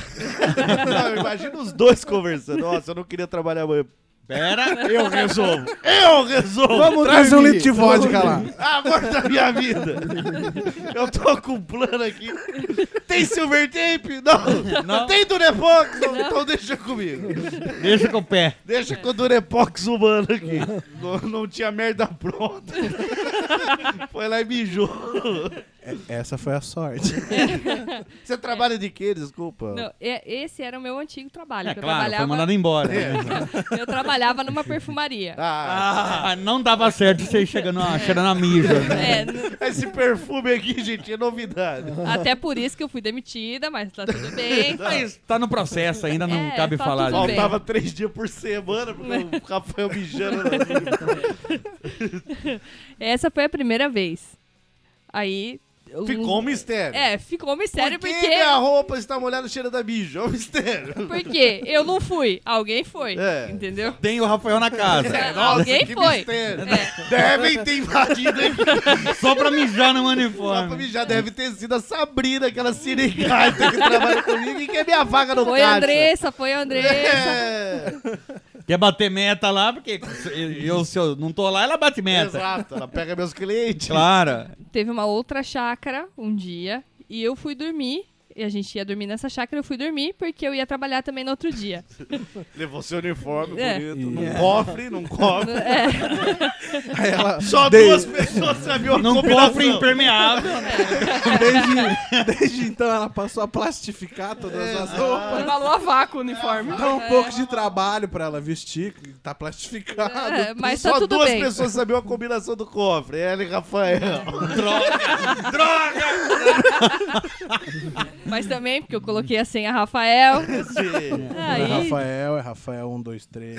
Não, imagina os dois conversando. Nossa, eu não queria trabalhar amanhã. Pera. Eu resolvo. Eu resolvo. Traz um dormir. litro de vodka lá. Amor da minha vida. Eu tô com um plano aqui. Tem silver tape? Não. Não. Tem Durepox? Não. Então deixa comigo. Deixa com o pé. Deixa com o Durepox humano aqui. Não, não tinha merda pronta. Foi lá e mijou. É, Essa foi a sorte. Você trabalha de quê? Desculpa. Não, é- esse era o meu antigo trabalho. É que eu, claro, foi trabalhava, mandado embora. né? (laughs) eu trabalhava numa perfumaria. Ah, Ah, não dava certo você chegando a, cheirando a mija. né? (laughs) É, n- esse perfume aqui, gente, é novidade. até por isso que eu fui demitida, mas tá tudo bem. Mas tá no processo ainda, não É, cabe tá falar. tudo disso. bem. Faltava três dias por semana, porque (laughs) o Rafael mijando. né? Essa foi a primeira vez. Aí. eu- Ficou um mistério. É, ficou um mistério Por que porque. minha roupa está molhada cheira da mijo? É um mistério. (laughs) Porque eu não fui, alguém foi. É. Entendeu? Tem o Rafael na casa. É, alguém que foi. mistério. É. Devem ter invadido aqui. Só pra mijar no Lá pra uniforme. mim já deve ter sido a Sabrina, aquela sirigata que trabalha comigo e que é minha vaga no Foi a caixa. Andressa, foi a Andressa. É, Quer bater meta lá, porque eu, se eu não tô lá, ela bate meta. É, exato. Ela pega meus clientes. Claro. Teve uma outra chácara um dia e eu fui dormir. E a gente ia dormir nessa chácara, eu fui dormir porque eu ia trabalhar também no (laughs) outro dia. Levou seu uniforme É. bonito, num cofre, num cofre. Aí ela, Só Dei- duas pessoas sabiam a Não combinação. cofre impermeável. desde, (laughs) desde então, ela passou a plastificar todas as roupas. Falou a vácuo o uniforme. Dá É. um pouco de trabalho pra ela vestir, que tá plastificado. É, mas tá Só tudo duas bem. pessoas sabiam a combinação do cofre. Ela e Rafael. (laughs) Droga! Droga! Mas também, porque eu coloquei a (laughs) senha Rafael. É Aí, Rafael, é Rafael 1, 2, 3.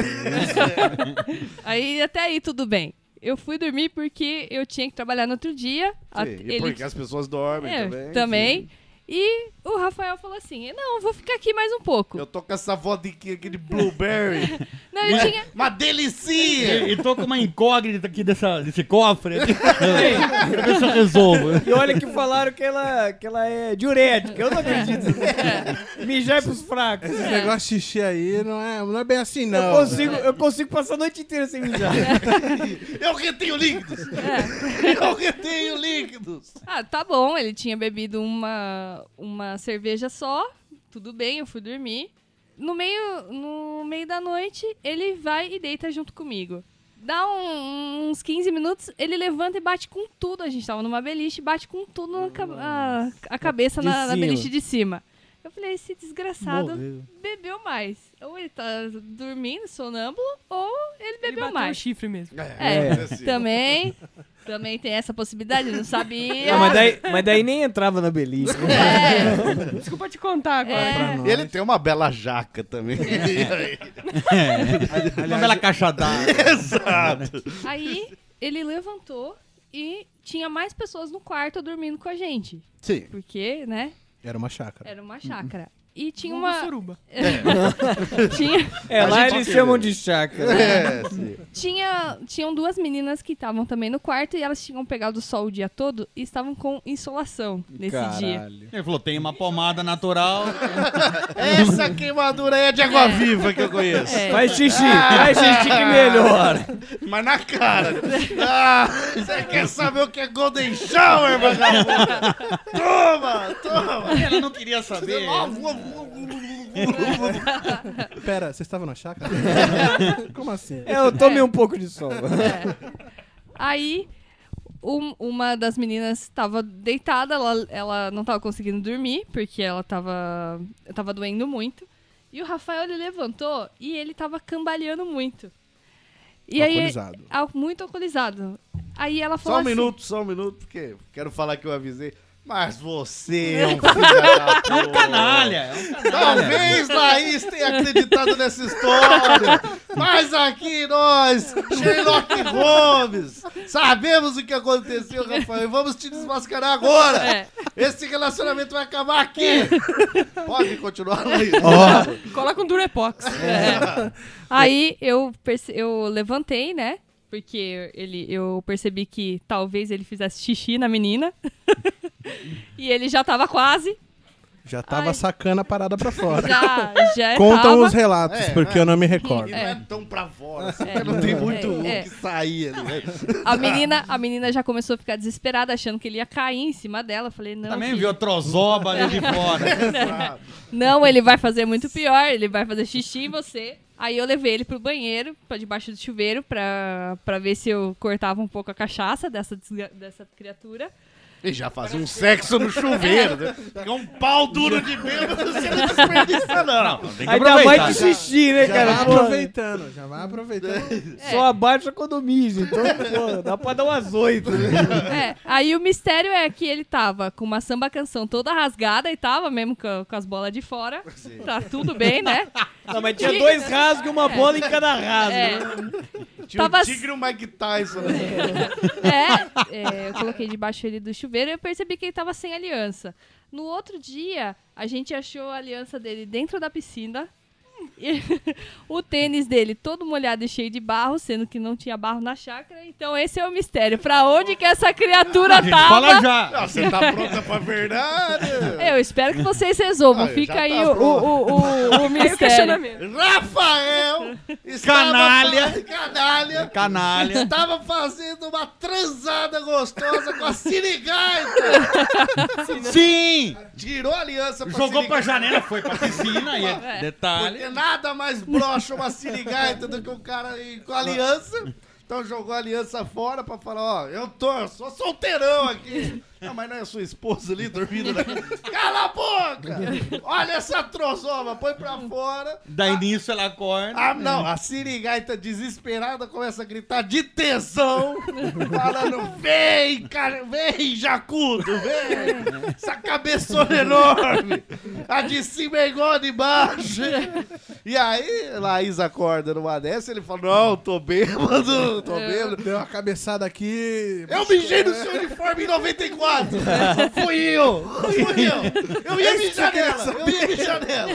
aí até aí tudo bem. Eu fui dormir porque eu tinha que trabalhar no outro dia. A- Sim, e porque as pessoas dormem É, também. também. E o Rafael falou assim: não, vou ficar aqui mais um pouco. Eu tô com essa vodka aqui de blueberry. (laughs) Não, eu (laughs) tinha. Uma delicinha! E, e tô com uma incógnita aqui dessa, desse (laughs) cofre. aqui. Pra ver se eu resolvo. E olha que falaram que ela, que ela é diurética. Eu não acredito. Mijar é pros (laughs) fracos. Esse negócio de xixi aí não é, não é bem assim, não. Eu consigo, eu consigo passar a noite inteira sem mijar. Eu retenho líquidos! É. (laughs) Eu retenho líquidos! Ah, tá bom, ele tinha bebido uma, uma cerveja só, tudo bem, eu fui dormir. No meio, no meio da noite, ele vai e deita junto comigo. Dá um- uns 15 minutos, ele levanta e bate com tudo. A gente tava numa beliche, bate com tudo na ca- a, a cabeça De na, na cima. beliche de cima. Eu falei, esse desgraçado bebeu mais. Ou ele tá dormindo, sonâmbulo, ou ele Ele bebeu bateu o mais. chifre mesmo. É, assim. também. Também tem essa possibilidade, eu não sabia. Ah, mas, daí, mas daí nem entrava na beliche. né? É, Desculpa te contar agora. é. Pra nós. Ele tem uma bela jaca também. É. Uma bela caixa d'água. Exato. Aí ele levantou e tinha mais pessoas no quarto dormindo com a gente. Sim. Porque, né? Era uma chácara. Era uma chácara. E tinha uma. Suruba. (laughs) Tinha, É, (laughs) A lá gente né? eles tira. chamam de chácara. É, sim. tinha, tinham duas meninas que estavam também no quarto e elas tinham pegado sol o dia todo e estavam com insolação nesse dia. Caralho. Ele falou, tem uma pomada natural. (laughs) Essa queimadura aí é de água viva que eu conheço. É. Faz xixi, faz xixi que melhora. Mas na cara. Ah, (laughs) você quer saber o que é Golden Shower, vagabundo? (laughs) Toma, toma. Ela não queria saber. Pera, vocês estavam na (laughs) chácara? Como assim? É, eu tomei um pouco de sol. Aí, um- uma das meninas estava deitada, ela, ela não estava conseguindo dormir, porque ela estava tava doendo muito. E o Rafael, ele levantou e ele estava cambaleando muito. E aí, Alcoolizado. al- muito alcoolizado. Aí ela Só falou um assim, minuto, só um minuto, porque quero falar que eu avisei. Mas você é um filho da puta. Canalha. Talvez Laís tenha acreditado nessa história, mas aqui nós, Sherlock Holmes, sabemos o que aconteceu, Rafael, e vamos te desmascarar agora. É. Esse relacionamento vai acabar aqui. Pode continuar, Laís. Coloca um Durepox. É. É. (laughs) Aí eu, perce- eu levantei, né? Porque ele, eu percebi que talvez ele fizesse xixi na menina. (laughs) e ele já tava quase. Já tava Ai. sacando a parada pra fora. Já, já é Contam tava. os relatos, É, porque né? eu não me recordo. Não é tão pra fora, assim, porque não tem muito o é. que sair ali. né? A menina, a menina já começou a ficar desesperada, achando que ele ia cair em cima dela. Eu falei, não. Também filho. viu a trozoba ali de (laughs) fora. Não, ele vai fazer muito pior, ele vai fazer xixi em você. Aí eu levei ele pro banheiro, pra debaixo do chuveiro, pra, pra ver se eu cortava um pouco a cachaça dessa, desgra- dessa criatura. (laughs) E já fazia um sexo no chuveiro, né? Porque um pau duro de bêbado, você não desperdiça, não. Tem que Ainda mais que aproveitar. xixi, né, Já cara? vai Pô, aproveitando, já vai aproveitando. É. Só abaixa quando mija, então, pô, dá pra dar umas oito, né? É, aí o mistério é que ele tava com uma samba canção toda rasgada e tava mesmo com, com as bolas de fora. Tá tudo bem, né? Não, mas tinha dois rasgos e uma bola em cada rasgo. É, Tinha Tava- o tigre e o Mike (laughs) Tyson. Né? é, é, eu coloquei debaixo ele do chuveiro e eu percebi que ele tava sem aliança. No outro dia, a gente achou a aliança dele dentro da piscina. E (laughs) o tênis dele todo molhado e cheio de barro, sendo que não tinha barro na chácara. Então esse é o mistério. Pra onde que essa criatura Gente, tava? fala já. Ah, Você tá pronta pra verdade? Eu espero que vocês resolvam. Ah, já Fica tá aí o, pronto. o, o, (laughs) o Aí o mistério. questionamento. Rafael estava Canalha. fa- canalha, Canalha. estava fazendo uma transada gostosa com a sirigaita. Sim! Tirou a aliança pra Jogou pra sirigaita, janela, foi pra piscina. e é- Detalhe. Porque nada mais brocha uma sirigaita do que um cara aí com aliança. Então jogou a aliança fora pra falar, ó, eu tô, eu sou solteirão aqui. Não, mas não é a sua esposa ali dormindo na... Cala a boca! Olha essa trozoma, põe pra fora. Daí nisso ela acorda. Ah, não, a sirigaita desesperada começa a gritar de tesão, falando: vem, cara, vem, jacudo, vem, essa cabeçona enorme, a de cima é igual a de baixo. E aí, Laís acorda numa dessa ele fala: não, tô bêbado, tô bêbado. Deu uma cabeçada aqui. Eu mijei no seu uniforme em 94! Fui eu! Fui eu! Eu É ia mijar nela! Eu ia mijar nela!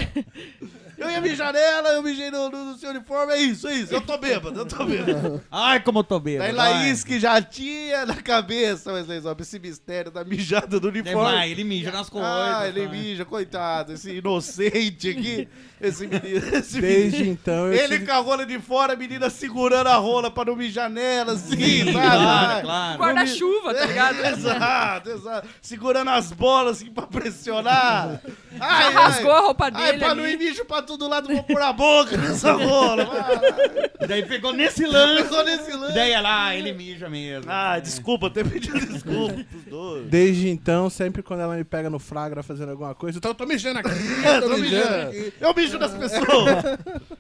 Eu ia mijar nela, eu mijei no, no- no seu uniforme, é isso, é isso. Eu tô bêbado, eu tô (laughs) bêbado. Ai, como eu tô Daí bêbado. Laís, que já tinha na cabeça, mas Lesob, esse mistério da mijada do Daí uniforme. vai, ele mija nas coisas. Ah, ele vai. mija, coitado, esse inocente aqui, esse menino, esse menino. Desde então eu Ele tive- com a rola de fora, a menina segurando a rola pra não mijar nela, assim, sabe? Claro, claro. Guarda-chuva, tá ligado? exato, exato. Segurando as bolas assim pra pressionar. Ai, Rasgou a ai. roupa Ai, dele pra não ir ali. bicho pra todo lado, vou pôr a boca nessa (laughs) rola. Vai, Daí pegou nesse vai. lance. Só nesse lance. Daí ela, ah, ele mija mesmo. Ah, desculpa, até pedi desculpa pros dois. Desde então, sempre quando ela me pega no flagra fazendo alguma coisa, Então eu tô, tô (laughs) mijando aqui. Eu, tô mijando. mijando. eu mijo nas (laughs) pessoas.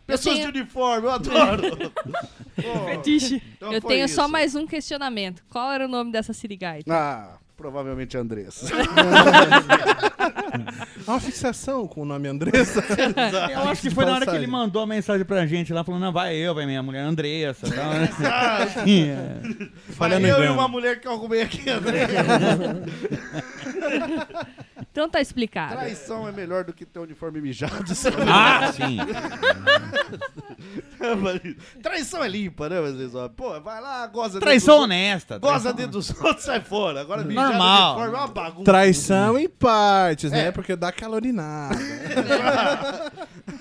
Pessoas tenho- de uniforme, eu adoro. Fetiche. Então Eu foi tenho só isso. mais um questionamento. Qual era o nome dessa sirigaita? Ah, (laughs) provavelmente Andressa. É uma fixação com o nome Andressa. Eu acho que foi na hora que Passagem. ele mandou a mensagem pra gente lá, falando, não, vai eu, vai minha mulher (laughs) Andressa e tal, né? Ah, É. Mas Falhando em eu e grama. uma mulher que eu arrumei aqui, Andressa. Então tá explicado. Traição é melhor do que ter uniforme mijado. sabe? Ah, sim. Traição é limpa, né, Wesley Zop? Pô, vai lá, goza Traição né?" dentro honesta. dos outros. Goza traição dentro dos outros, sai fora. Agora mijar Normal. no uniforme é uma bagunça. Traição em partes, né? É. Porque dá aquela urinada.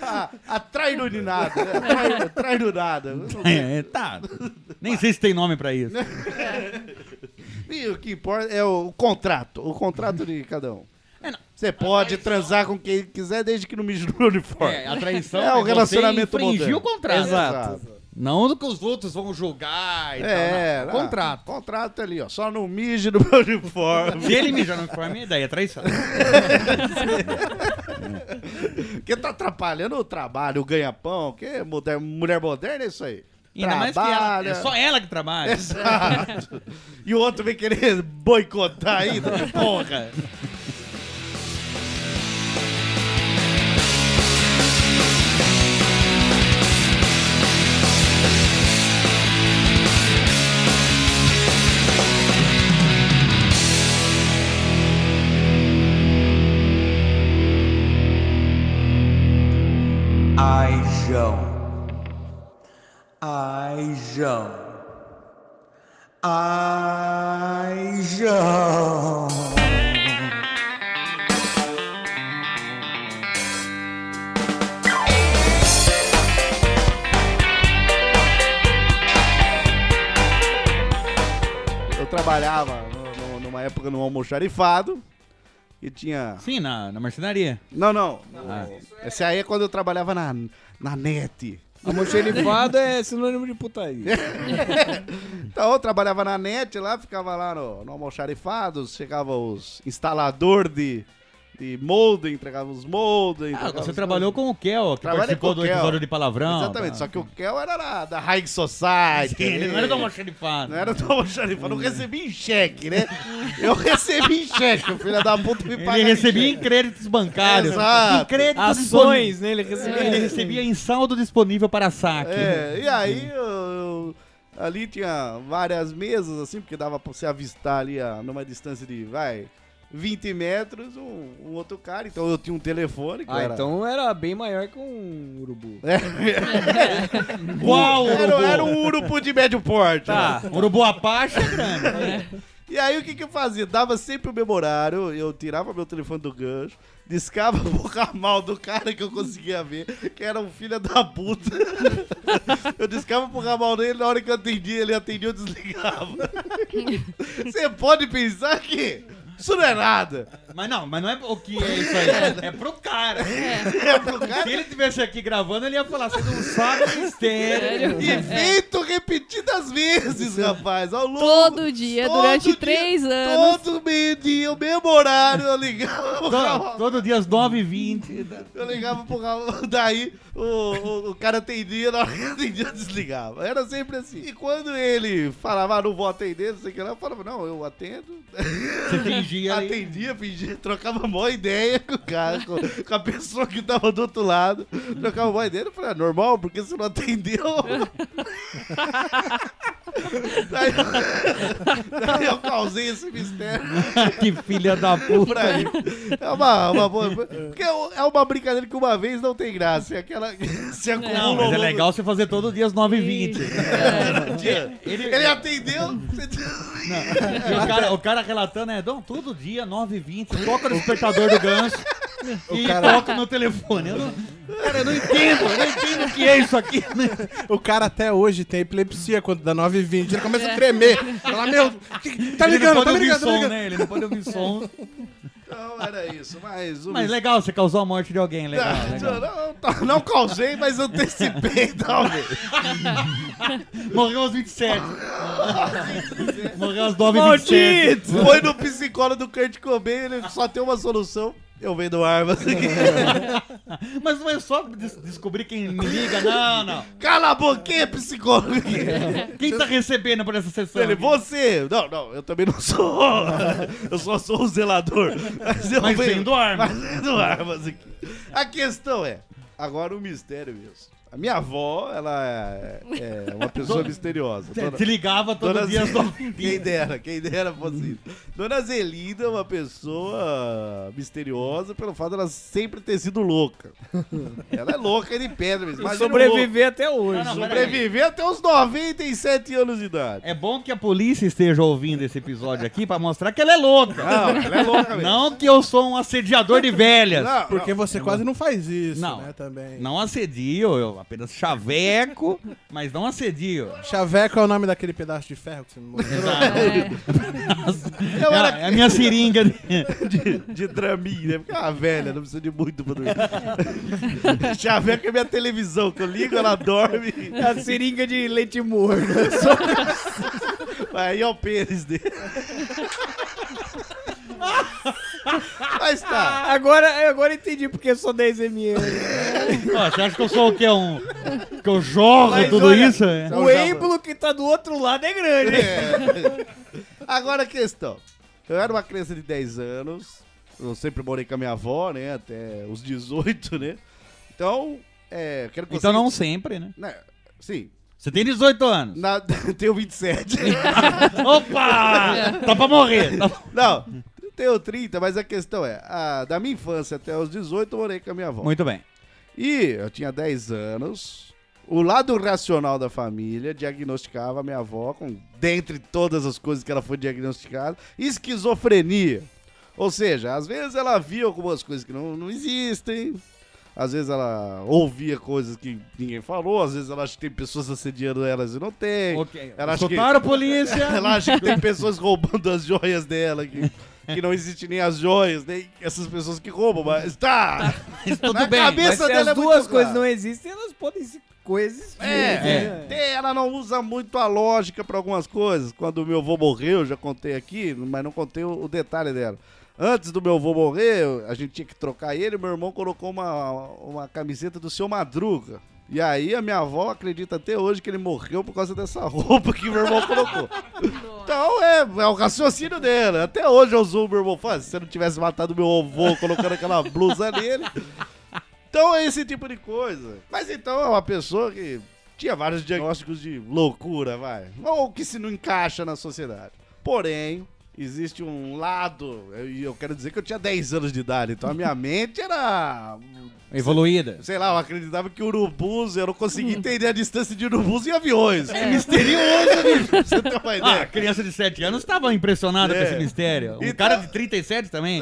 Ah, atrai no nada. né? Atrai, atrai no nada. É, tá. Nem sei se tem nome pra isso. É, E o que importa é o contrato. O contrato de cada um. É, não. Você pode transar com quem quiser desde que não mije no uniforme. É, a traição É o você relacionamento infringir moderno. o contrato. Exato. Não do que os outros vão julgar e É, tal. ah, não. Então, né? Contrato. Contrato ali, ó. Só não mije no meu uniforme. Se ele mijar no uniforme, daí é traição. Porque tá atrapalhando o trabalho, o ganha-pão. Que mulher, mulher moderna é isso aí. Ainda mais que ela. É só ela que trabalha. É Exato. E o outro vem querer boicotar ainda. Porra. Ai, João. Ai, João. Ai, João. Eu trabalhava no- no- numa época num almoxarifado. E tinha. Sim, na, na marcenaria. Não, não. Esse aí é quando eu trabalhava na, na net. Almoxerifado é sinônimo de putaria. Então eu trabalhava na net lá, ficava lá no, no almoxarifado, chegava os instalador de, de molde, entregava os moldes. Ah, entregava você os- trabalhou com o Kel, que Trabalhei participou com do o Kel. episódio de palavrão. Exatamente, tá? só que o Kel era da, da High Society. Ele não era do Não almoxarifado. era do almoxarifado, não recebi em cheque, né? Eu recebi em cheque, o filho da puta me pagava. Ele em recebia em cheque. créditos bancários. Exato. Em créditos disponíveis. (laughs) Ações, né? Ele recebeu. Ele recebia em saldo disponível para saque. É, e aí eu- eu- ali tinha várias mesas, assim, porque dava pra você avistar ali a, numa distância de, vai, 20 metros, um, um outro cara. Então eu tinha um telefone. que eu Ah, era- (laughs) então era bem maior que um urubu. Uau, É. Era, urubu. era um urubu de médio porte. né? Tá, urubu apache é grande. E aí o que que eu fazia? Dava sempre o mesmo horário, eu tirava meu telefone do gancho, discava (laughs) o ramal do cara que eu conseguia ver, que era um filho da puta. (laughs) Eu discava pro ramal dele, na hora que eu atendia, ele atendia, eu (laughs) desligava. Você pode pensar que isso não é nada. Mas não, mas não é o que é (laughs) isso aí. É pro cara. É pro Se cara... ele estivesse aqui gravando, ele ia falar, você não sabe o mistério. É. E feito repetidas vezes, rapaz, ao longo... Todo dia, todo durante dia, três anos. Todo meio-dia, o mesmo horário, eu ligava pro ramal. Todo, todo dia às 9h20. Eu ligava pro Raul, (laughs) daí o, o, o cara atendia, na hora que atendia eu desligava. Era sempre assim. E quando ele falava, ah, não vou atender, não sei o que lá, eu falava, não, eu atendo. Você fingia ali. Atendia, fingia, trocava mó ideia com o cara, com, com a pessoa que tava do outro lado. Trocava mó ideia, eu falei, ah, normal, porque você não atendeu. (laughs) daí, eu, (laughs) daí eu causei esse mistério (laughs) que filha da puta. pra mim. É uma, uma boa. Porque é uma brincadeira que uma vez não tem graça. É aquela que se acumula. Não, ao mas é longo legal você fazer todo dia às 9h20. do dia. Ele, atendeu. E o, cara, o cara relatando é, Dom, todo dia, 9h20, toca no despertador do ganso e toca no telefone. Eu não, cara, eu não entendo, eu não entendo o que é isso aqui. o cara até hoje tem epilepsia quando dá 9 e 20. Ele começa a tremer. Fala, meu, que- tá Ele ligando, não pode tá ouvir ligando, tá som, ligando. né? Ele não pode ouvir som. Então era isso. Mas o. Mas legal, você causou a morte de (laughs) alguém, legal. legal. Não, Ah, não, não, não causei, mas antecipei, (laughs) talvez. Morreu aos 27. Morreu às 9 27 Maldito! Foi no psicólogo do Kurt Cobain, ele só tem uma solução. Eu vendo armas (laughs) aqui. Mas não é só des- descobrir quem me liga, não, não. Cala a boquinha, (laughs) psicólogo. Quem tá recebendo por essa sessão? Ele, você! Não, não, eu também não sou. (laughs) Eu só sou um zelador. Mas eu Mas venho- vendo arma. Fazendo armas aqui. A questão é, agora o mistério mesmo. A minha avó, ela é, é uma pessoa misteriosa. (laughs) Você Dona- desligava todo Dona dia as Ze- novinhas. Quem dera, quem dera fosse isso. Dona Zelinda é uma pessoa misteriosa pelo fato dela sempre ter sido louca. Ela é louca de pedra mesmo. E Imagina um louco. sobreviver até hoje. Não, não, peraí. Sobreviver até os 97 anos de idade. É bom que a polícia esteja ouvindo esse episódio aqui pra mostrar que ela é louca. Não, ela é louca mesmo. Não que eu sou um assediador de velhas. Não, Não, Porque você quase não faz isso, Não. né, também. assedio, eu apenas chaveco, mas não assedio. Chaveco é o nome daquele pedaço de ferro que (laughs) você me mostrou. Exato. é. Eu É, era é a minha seringa. de- de, (laughs) de Dramin, né? Porque é uma velha, não precisa de muito pra (laughs) dormir. Chaveco é minha televisão, que eu ligo, ela dorme. A seringa de leite morno. Aí é o pênis dele. (laughs) Mas tá. Ah, Agora, agora entendi porque eu sou 10 (laughs) ml. Ó, você acha que eu sou o quê? Um, que eu jogo Mas tudo olha- isso? É. O êmbolo que tá do outro lado é grande. É. Agora a questão. Eu era uma criança de 10 anos. Eu sempre morei com a minha avó, né? Até os 18, né? Então, é, eu quero que Então você- não sempre, né? Né, Sim. Você tem 18 anos. Na... (laughs) Tenho 27. Opa! Tá pra morrer. Tá... não, tenho 30, mas a questão é... a- da minha infância até os 18, eu morei com a minha avó. Muito bem. E eu tinha 10 anos. O lado racional da família diagnosticava a minha avó com, dentre todas as coisas que ela foi diagnosticada, esquizofrenia. Ou seja, às vezes ela via algumas coisas que não, não existem, às vezes ela ouvia coisas que ninguém falou, às vezes ela acha que tem pessoas assediando elas e não tem. Ok. Ela acha que- Escutaram (laughs) a polícia. Ela acha que tem pessoas roubando as joias dela, que, que não existe nem as joias, nem essas pessoas que roubam, mas tá! Mas tudo Na bem. Mas cabeça se as dela é muito duas coisas clara. não existem, elas podem se coexistir. É, tem- ela não usa muito a lógica pra algumas coisas. Quando o meu avô morreu, eu já contei aqui, mas não contei o, o detalhe dela. Antes do meu avô morrer, eu- a gente tinha que trocar ele, meu irmão colocou uma, uma camiseta do seu Madruga. E aí a minha avó acredita até hoje que ele morreu por causa dessa (laughs) roupa que meu irmão colocou. então é, é o raciocínio dela. Até hoje eu uso o meu irmão. Fala, se você não tivesse matado meu avô colocando aquela blusa nele... Então é esse tipo de coisa. Mas então é uma pessoa que tinha vários diagnósticos de loucura, vai. Ou que se não encaixa na sociedade. Porém, existe um lado, eu- e eu quero dizer que eu tinha 10 anos de idade, então a minha (laughs) mente era. Evoluída. Sei lá, eu acreditava que urubus, eu não conseguia entender a distância de urubus e aviões. É misterioso, bicho, pra você ter (laughs) uma Ah, a (laughs) ideia. criança de 7 anos estava impressionada É. com esse mistério. Um Então- cara de 37 também.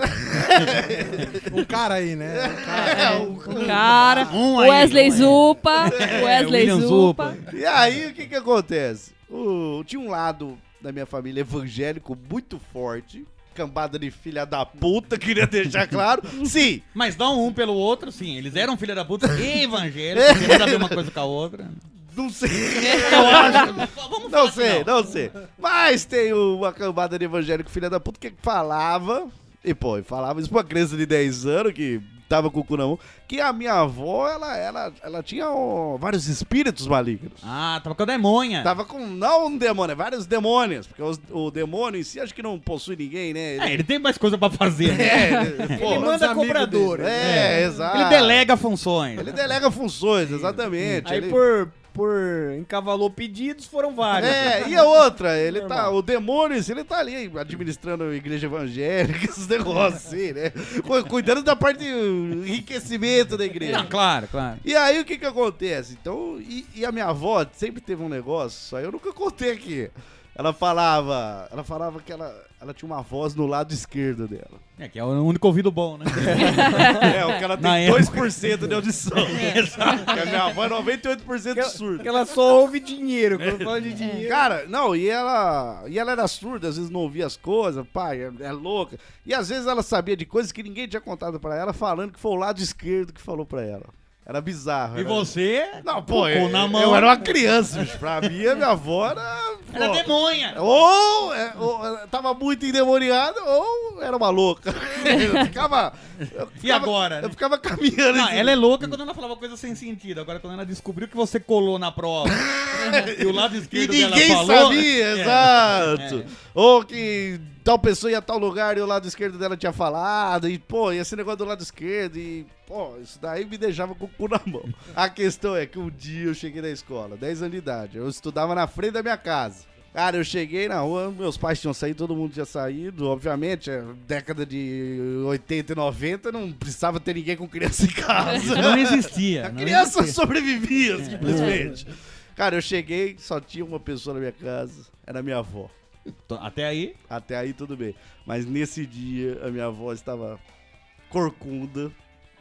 Um cara aí, né? Um cara. É, o- Cara, Um aí, Wesley um aí. Zupa, É, Wesley William Zupa. E aí, o que que acontece? O, tinha um lado da minha família evangélico muito forte, cambada de filha da puta, queria deixar claro. Sim, Mas não um pelo outro, sim. Eles eram filha da puta e (laughs) evangélicos. Queriam saber uma coisa com a outra. não sei. Eu acho. Vamos falar Não que sei, não sei. Mas tem uma cambada de evangélico filha da puta que falava, e pô, e falava isso pra uma criança de 10 anos que tava com o cu na mão, que a minha avó, ela, ela, ela tinha ó, vários espíritos malignos. Ah, tava com a demônia. Tava com, não um demônio, vários demônios, porque os- o demônio em si acho que não possui ninguém, né? (laughs) É, ele tem mais coisa pra fazer. né? (laughs) É, ele, pô, Ele manda cobrador. É, exato. Ele delega funções. Ele delega funções, exatamente. Aí ele... por, por encavalou pedidos, foram vários. É, e a outra, ele tá, Normal. o demônio, ele tá ali administrando a igreja evangélica, (laughs) esses negócios assim, né? Cu- Cuidando da parte de enriquecimento da igreja. Não, claro, claro. E aí o que que acontece? Então, e, e a minha avó sempre teve um negócio, só eu nunca contei aqui. Ela falava, ela falava que ela, ela tinha uma voz no lado esquerdo dela. É que é o único ouvido bom, né? (laughs) É, o que ela tem Na 2% de audição. Porque (laughs) a minha avó é 98% surda. Porque ela só ouve dinheiro. Quando fala É. de dinheiro. Cara, não, e ela, e ela era surda, às vezes não ouvia as coisas, pai, é, é louca. E às vezes ela sabia de coisas que ninguém tinha contado pra ela, falando que foi o lado esquerdo que falou pra ela. Era bizarro. E era- você? Não, pô, Com eu, na mão. eu era uma criança, bicho. Pra mim, a minha avó era... Era pô, demônia. ou, é, ou ela tava muito endemoniada, ou era uma louca. (laughs) Eu ficava... eu E ficava- agora? né? Eu ficava caminhando. Não, assim. ela é louca quando ela falava coisa sem sentido. Agora, quando ela descobriu que você colou na (laughs) prova e o lado E esquerdo dela ninguém falou. sabia, é. exato. Ou que tal pessoa ia a tal lugar e o lado esquerdo dela tinha falado, e pô, e esse negócio do lado esquerdo, e pô, isso daí me deixava com o cu na mão. A questão é que um dia eu cheguei na escola, 10 anos de idade, eu estudava na frente da minha casa. Cara, eu cheguei na rua, meus pais tinham saído, todo mundo tinha saído, obviamente, é, década de 80 e 90, não precisava ter ninguém com criança em (laughs) casa. Não existia. A não criança existia. É. sobrevivia, simplesmente. Cara, eu cheguei, só tinha uma pessoa na minha casa, era minha avó. Tô- Até aí, Até aí tudo bem. Mas nesse dia a minha avó estava corcunda,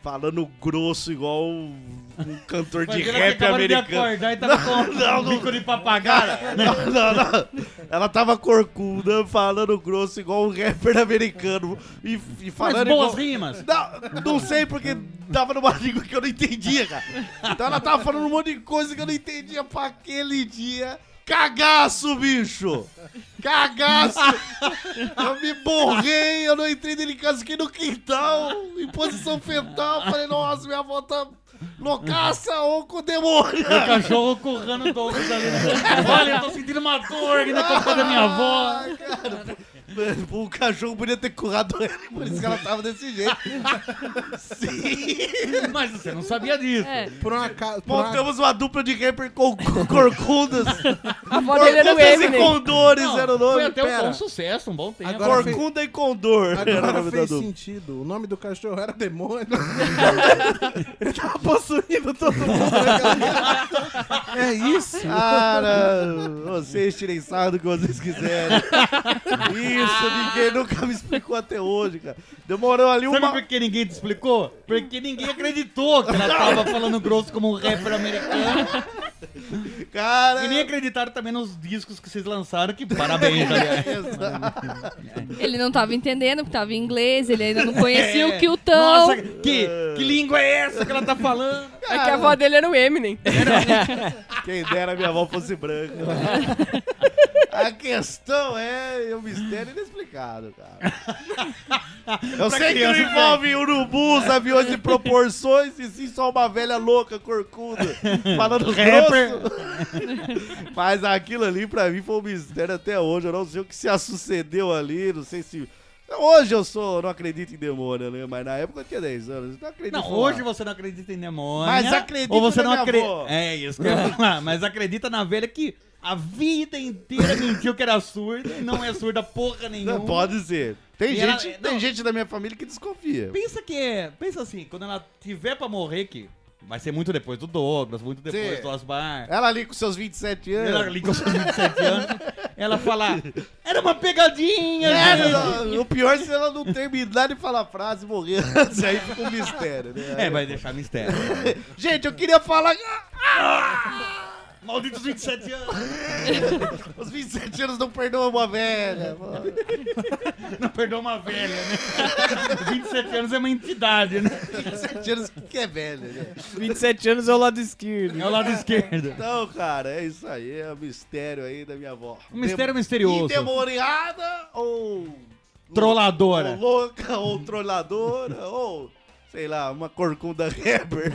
falando grosso igual um (laughs) um cantor de rap americano. acordar e tava com um bico de papagaio. (laughs) Não, não, não. Ela tava corcunda, falando grosso igual um rapper americano e, e Mas falando igual... boas rimas. Não, não sei porque tava numa (laughs) língua que eu não entendia, cara. Então ela tava falando um monte de coisa que eu não entendia pra aquele dia. Cagaço, bicho! Cagaço! Eu me borrei, eu não entrei dele em casa, fiquei no quintal, em posição fetal. Falei, nossa, minha avó tá loucaça ou com demônio! O cachorro correndo todos ali. né? Olha, eu tô sentindo uma dor aqui na costa da minha avó. Ai, cara. O cachorro podia ter currado ele, por isso que ela tava desse jeito. Sim! Mas você não sabia disso. É. Por uma casa. Montamos uma dupla de rapper com com corcundas. A avó dele era o Corcundas e Eminem. condores Não, era o nome. Foi até um pera. bom sucesso, um bom tempo. Agora- Corcunda e condor era o Agora nome da fez dupla. sentido. O nome do cachorro era demônio. (laughs) Ele tava possuindo todo mundo. é isso. Cara, vocês tirem sarro do que vocês quiserem. Isso, ninguém nunca me explicou até hoje, cara. Demorou ali Sabe uma... por que ninguém te explicou? Porque ninguém acreditou que ela tava falando grosso como um rapper americano. Cara... E nem acreditaram também nos discos que vocês lançaram, (laughs) que parabéns, né? aliás. Ele não tava entendendo, porque tava em inglês, ele ainda não É. conhecia o Kiltão. É. Nossa, que, que língua é essa que ela (laughs) tá falando? É que a avó dele era o Eminem. É Quem dera minha avó fosse branca. A questão é é um mistério inexplicado, cara. Eu sei que não criança, envolve urubus, aviões de proporções e sim só uma velha louca corcuda falando (laughs) grosso. Mas aquilo ali pra mim foi um mistério até hoje. Eu não sei o que se sucedeu ali, não sei se... Hoje eu sou, não acredito em demônio, né? Mas na época eu tinha 10 anos, não acredito. Não, em hoje falar. você não acredita em demônio. Mas acredito ou você na não minha acredita. avó. É isso que (laughs) eu ia falar. Mas acredita na velha que a vida inteira mentiu que era surda e não é surda porra nenhuma. Não, pode ser. Tem E ela- gente, não. tem gente da minha família que desconfia. Pensa que é. Pensa assim, quando ela tiver pra morrer, que vai ser muito depois do Douglas, muito depois Sim. É. do Osmar. Ela ali com seus 27 anos. Ela liga aos 27 anos, ela fala, era uma pegadinha, gente." É, o pior é se ela não terminar de falar a frase e morrer. Isso aí fica um mistério, né? É, vai deixar mistério. (laughs) Gente, eu queria falar. ah, Malditos 27 anos. Os 27 anos não perdoam uma velha. mano. Não perdoa uma velha, né? (laughs) 27 anos é uma entidade, né? 27 anos que é velha, né? 27 anos é o lado esquerdo. É o lado esquerdo. Então, cara, é isso aí. É o mistério aí da minha avó. Um mistério misterioso. Endemoniada ou. Ou Trolladora. louca, ou trolladora, (laughs) ou. Sei lá, uma corcunda rapper.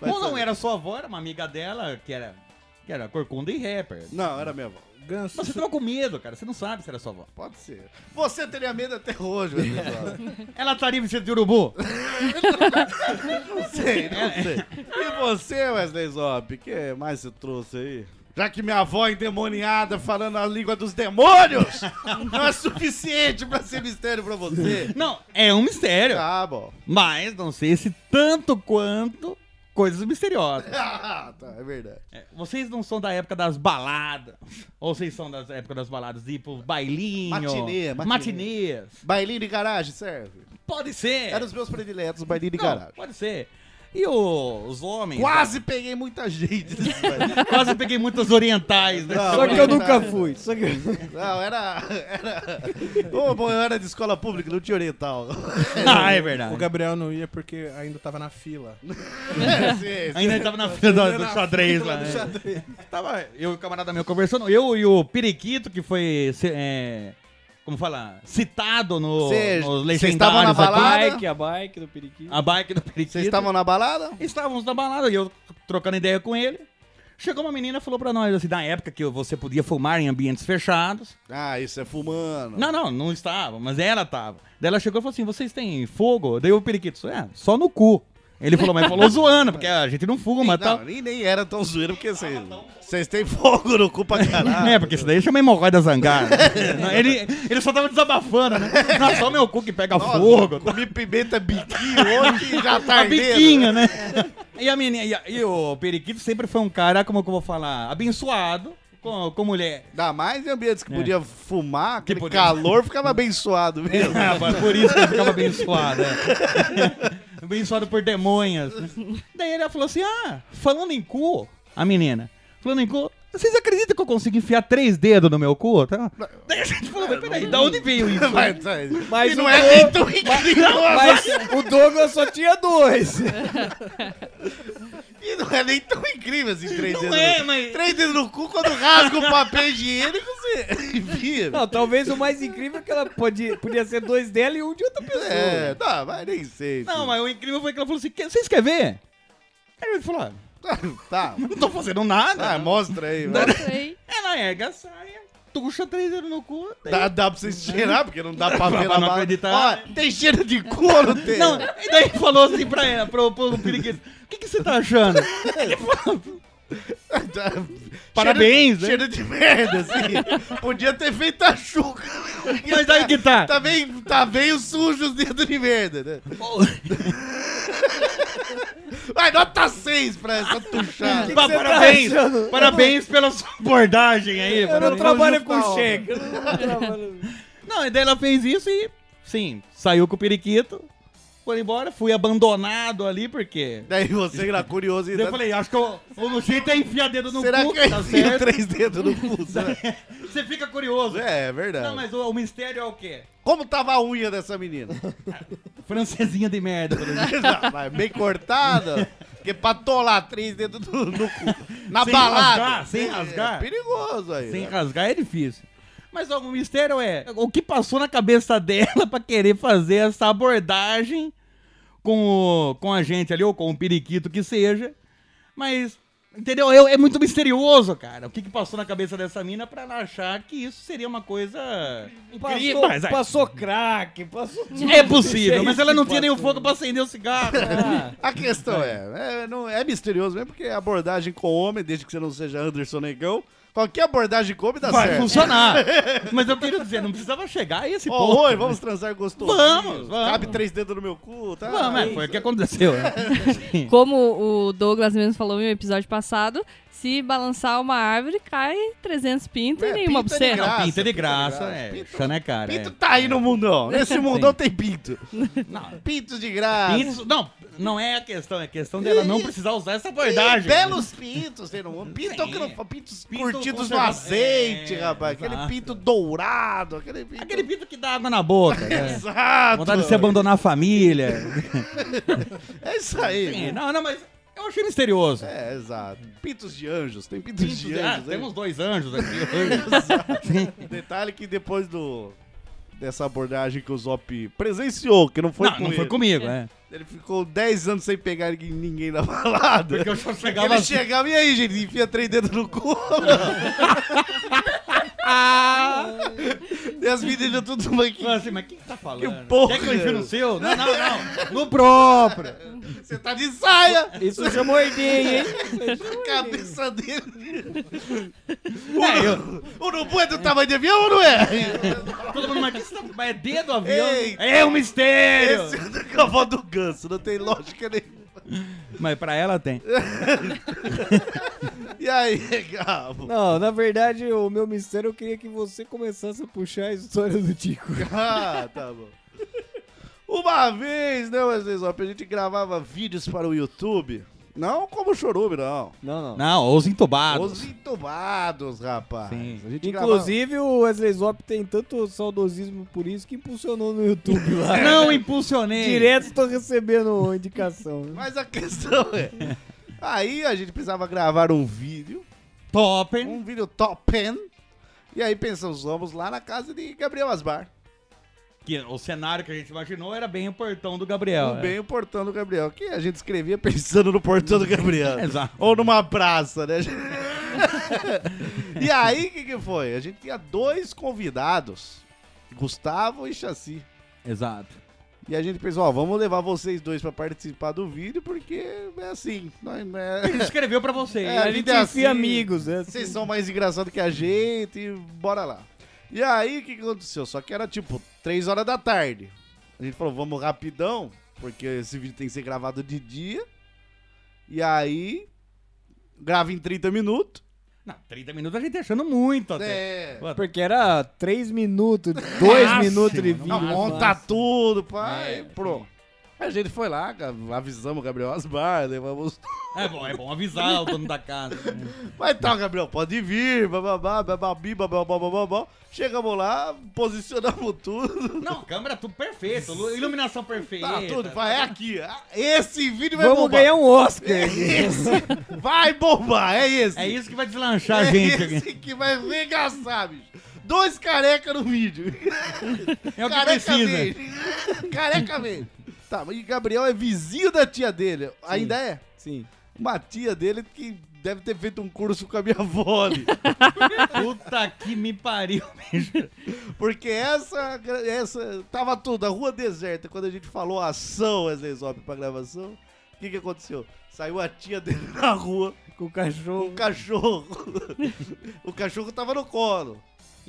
Vai Ou não é. saber. era sua avó, era uma amiga dela, que era, que era corcunda e rapper. Não, era minha avó. Ganso, Mas você tava com medo, cara. Você não sabe se era sua avó. Pode ser. Você teria medo até hoje, meu Deus. Ela estaria vestida de (laughs) urubu? Não sei, não sei. E você, Wesley Zop, o que mais você trouxe aí? Já que minha avó é endemoniada falando a língua dos demônios, não é suficiente pra ser mistério pra (laughs) você. Não, é um mistério. Tá bom. Mas não sei se tanto quanto coisas misteriosas. Ah, tá, é verdade. É, Vocês não são da época das baladas. Ou vocês são da época das baladas, tipo bailinho. Matinê, matinê. Matinês. Bailinho de garagem serve? Pode ser. Era os meus prediletos, bailinho de É. Não, garagem. Pode ser. E o- os homens. Quase peguei muita gente. nesse bailinho. Quase peguei muitas orientais, né? Não, Só que eu não nunca dá. fui. Só que... Não, era. era... Ô, bom, eu era de escola pública, não tinha oriental. ah, é O verdade. Gabriel não ia porque ainda tava na fila. É, sim, sim. Ainda tava na fila do, do xadrez lá. né? Tava eu e o camarada meu conversando. Eu e o Periquito, que foi. se- é, como fala? Citado no, Cê- nos cês estavam na legendários aqui. balada? Bike, a bike do periquito. A bike do Periquito. Vocês estavam na balada? Estávamos na balada e eu trocando ideia com ele. Chegou uma menina e falou pra nós, assim, na época que você podia fumar em ambientes fechados. Ah, isso é fumando. Não, não, não estava, mas ela estava. Daí ela chegou e falou assim: vocês têm fogo? Daí o periquito, é, só no cu. Ele falou, mas falou zoando, porque a gente não fuma tá. e Não, tal. nem, nem era tão zoeiro, porque vocês vocês têm fogo no cu pra caralho. É, porque isso daí chama hemorroida (laughs) zangada. Não, ele, ele só tava desabafando, né? Não, é só meu cu que pega Nossa, fogo. Comi pimenta biquinho hoje e já tá (laughs) A ardendo. biquinha, né? (laughs) E a menina, e, a- e o periquito sempre foi um cara, como que eu vou falar, abençoado com, com mulher. Ainda mais em ambientes que É. podia fumar, aquele podia. calor ficava abençoado (laughs) mesmo. É, rapaz, por isso que ele ficava abençoado. É. (laughs) abençoado por demônias. né? Daí ela falou assim: ah, falando em cu, a menina, falando em cu. Vocês acreditam que eu consigo enfiar três dedos no meu cu? Tá? Daí a gente falou, mas peraí, da onde veio isso? (laughs) Mas, mas- Mas e não o é assim. Doug- nem tão incrível. é. (laughs) Mas o Douglas só tinha dois. (laughs) E não é nem tão incrível assim, três Não dedos. é, no... mas- Três dedos no cu, quando rasga o papel higiênico, você (laughs) enfia. Não, talvez o mais incrível é que ela podia, podia ser dois dela e um de outra pessoa. É, tá, mas nem sei. Não, mas o incrível foi que ela falou assim: "Quer- vocês querem ver? Aí ele falou: ah, (laughs) Tá, não tô fazendo nada. tá, mostra aí. vai. Mostrei. Ela erga a saia, tuxa três dedos no cu. daí- Dá, dá pra vocês cheirar, porque não dá pra ver pra na não bala. acreditar. Ó, tem cheiro de cu ou não tem? (laughs) Não, e daí falou assim pra ela, pro, pro periquito: o que, que você tá achando? (laughs) Ele falou: Tá. Parabéns, né? cheiro, cheiro de merda, assim. Podia ter feito a chuca. (laughs) mas aí que tá. Tá bem, tá bem sujo os dedos de merda, né? Vai, nota 6 pra essa tuchada. Bah, parabéns! parabéns pela sua abordagem aí. Eu não tá parabéns. trabalho com cheque. eu não trabalho- Não, e daí ela fez isso e, sim, saiu com o periquito, foi embora, fui abandonado ali, porque. Daí você, na Daí curiosidade, eu falei, acho que eu, o jeito é enfiar dedo no será cu, que eu tá enfio certo? três dedos no cu? Será? (laughs) Você fica curioso. É, é verdade. Não, mas o, o mistério é o quê? Como tava a unha dessa menina? Francesinha de merda, por exemplo. Não, mas bem cortada. Porque pra tolar três dedos no, no cu. Na Sem balada. rasgar, sem rasgar. É perigoso aí. Sem né? rasgar é difícil. Mas ó, o mistério é o que passou na cabeça (laughs) dela pra querer fazer essa abordagem com, o, com a gente ali, ou com o periquito que seja. Mas, entendeu? Eu- é muito misterioso, cara. O que, que passou na cabeça dessa mina pra ela achar que isso seria uma coisa. incrível. Passou, Mas, é, passou crack, passou... (laughs) é (laughs) possível, mas ela não tinha Passou. nem o fogo pra acender o cigarro. A questão é, é, não, é misterioso mesmo, porque abordagem com homem, desde que você não seja Anderson Negão, qualquer abordagem com homem dá É. Vai certo. funcionar. Mas eu quero dizer, não precisava chegar a esse Ó, ponto. né? oi, vamos transar gostoso. Vamos, vamos. Cabe três dedos no meu cu, tá? Vamos, é, foi o que aconteceu. né? Como o Douglas mesmo falou em um episódio passado, se balançar uma árvore, cai 300 pintos É, e nenhuma pinta de buceta. graça. pinta de pinta graça, de graça. é. Pinto- Chana é cara. Pinto é. tá aí no mundão. Nesse mundão tem pinto. Não. Pintos de graça. Pinto- não, não é a questão, é a questão dela não precisar usar essa abordagem. né? Belos pintos, tem no- pinto, Sim. que não- pintos Pinto curtidos no conserva- azeite, É, rapaz. Aquele exato. pinto dourado, aquele pinto. Aquele pinto que dá água na boca. né? Exato. Vontade de se abandonar (laughs) a família. É isso aí. Sim, mano. não, não, mas eu achei misterioso. É, exato. Pintos de anjos, tem pintos Pinto de de- ah, anjos. hein? Um temos dois (laughs) anjos aqui. Detalhe que depois do dessa abordagem que o Zop presenciou, que não foi não, com não foi ele. comigo, é. Ele ficou 10 anos sem pegar ninguém- ninguém na balada. Porque eu só chegava Ele assim. chegava, e aí, gente, enfia três dedos no (laughs) cu. e as meninas tudo Eu banquinho. falava assim, mas quem que tá falando? porra. Quer que eu enfio no seu? Não, não, (laughs) não. No próprio. é Você tá de saia, Isso chamou ordem, hein? a cabeça dele. Um É, eu- O urubu é do tamanho de avião ou não é? todo mundo, mas, que você tá- mas é dedo avião? Eita. É um mistério. Esse é do cavalo do ganso, não tem lógica nenhuma. Mas pra ela tem. (laughs) E aí, Gabo? Não, na verdade, o meu mistério eu queria que você começasse a puxar a história do Tico. Ah, tá bom. Uma vez, né, Wesley Zop, a gente gravava vídeos para o YouTube. Não como chorume, não. Não, Não, os entubados. Os entubados, rapaz. Sim. A gente Inclusive, o Wesley Zop tem tanto saudosismo por isso que impulsionou no YouTube lá. É. Não impulsionei. (laughs) Direto tô recebendo indicação. gravava- Mas a questão é... Aí a gente precisava gravar um vídeo, Top. um vídeo top pen. E aí pensamos, vamos lá na casa de Gabriel Asbar. Que o cenário que a gente imaginou era bem o portão do Gabriel. Bem o portão do Gabriel, que a gente escrevia pensando no portão do (laughs) Gabriel. É. Exato. Ou numa praça, né? (laughs) e aí, o que, que foi? A gente tinha dois convidados, Gustavo e Chassi. é. Exato. E a gente pensou, ó, vamos levar vocês dois pra participar do vídeo, porque é assim, nós não é... (laughs) Ele escreveu pra você. É, a A gente vida é enfia assim. amigos. É assim. Vocês são mais engraçados que a gente, e bora lá. E aí, o que que aconteceu? Só que era tipo 3 horas da tarde. A gente falou, vamos rapidão, porque esse vídeo tem que ser gravado de dia. E aí, grava em 30 minutos. Não, 30 minutos a gente tá achando muito até. É. Porque era 3 minutos, 2 Máximo, minutos de não, vídeo. Não, Tá monta Nossa. tudo, pai. É, pronto. A gente foi lá, ga- avisamos o Gabriel Asbar, levamos. É bom, é bom avisar o dono da casa. né? (laughs) Mas tá, Gabriel, pode vir, bababá, bababi, bababá, bababá. Chegamos lá, posicionamos tudo. Não, câmera tudo perfeito, lu- iluminação perfeita. Tá, tudo, vai, é aqui. Ah, Esse vídeo vai Vamos bombar. ganhar um Oscar. É (laughs) esse. Vai bombar, é esse. um- É isso que vai deslanchar É a gente. aqui. esse que vai regaçar, bicho. Dois careca no vídeo. É o que careca precisa. verde. Careca verde. Tá, mas e Gabriel é vizinho da tia dele. Ainda é? Sim. Uma tia dele que deve ter feito um curso com a minha avó. ali. (laughs) Puta que me pariu, bicho. Porque essa, essa. Tava tudo, a rua deserta. Quando a gente falou ação, Wesley Zop, pra gravação, o que, que aconteceu? Saiu a tia dele na rua Com o cachorro. com o cachorro. (laughs) o cachorro tava no colo,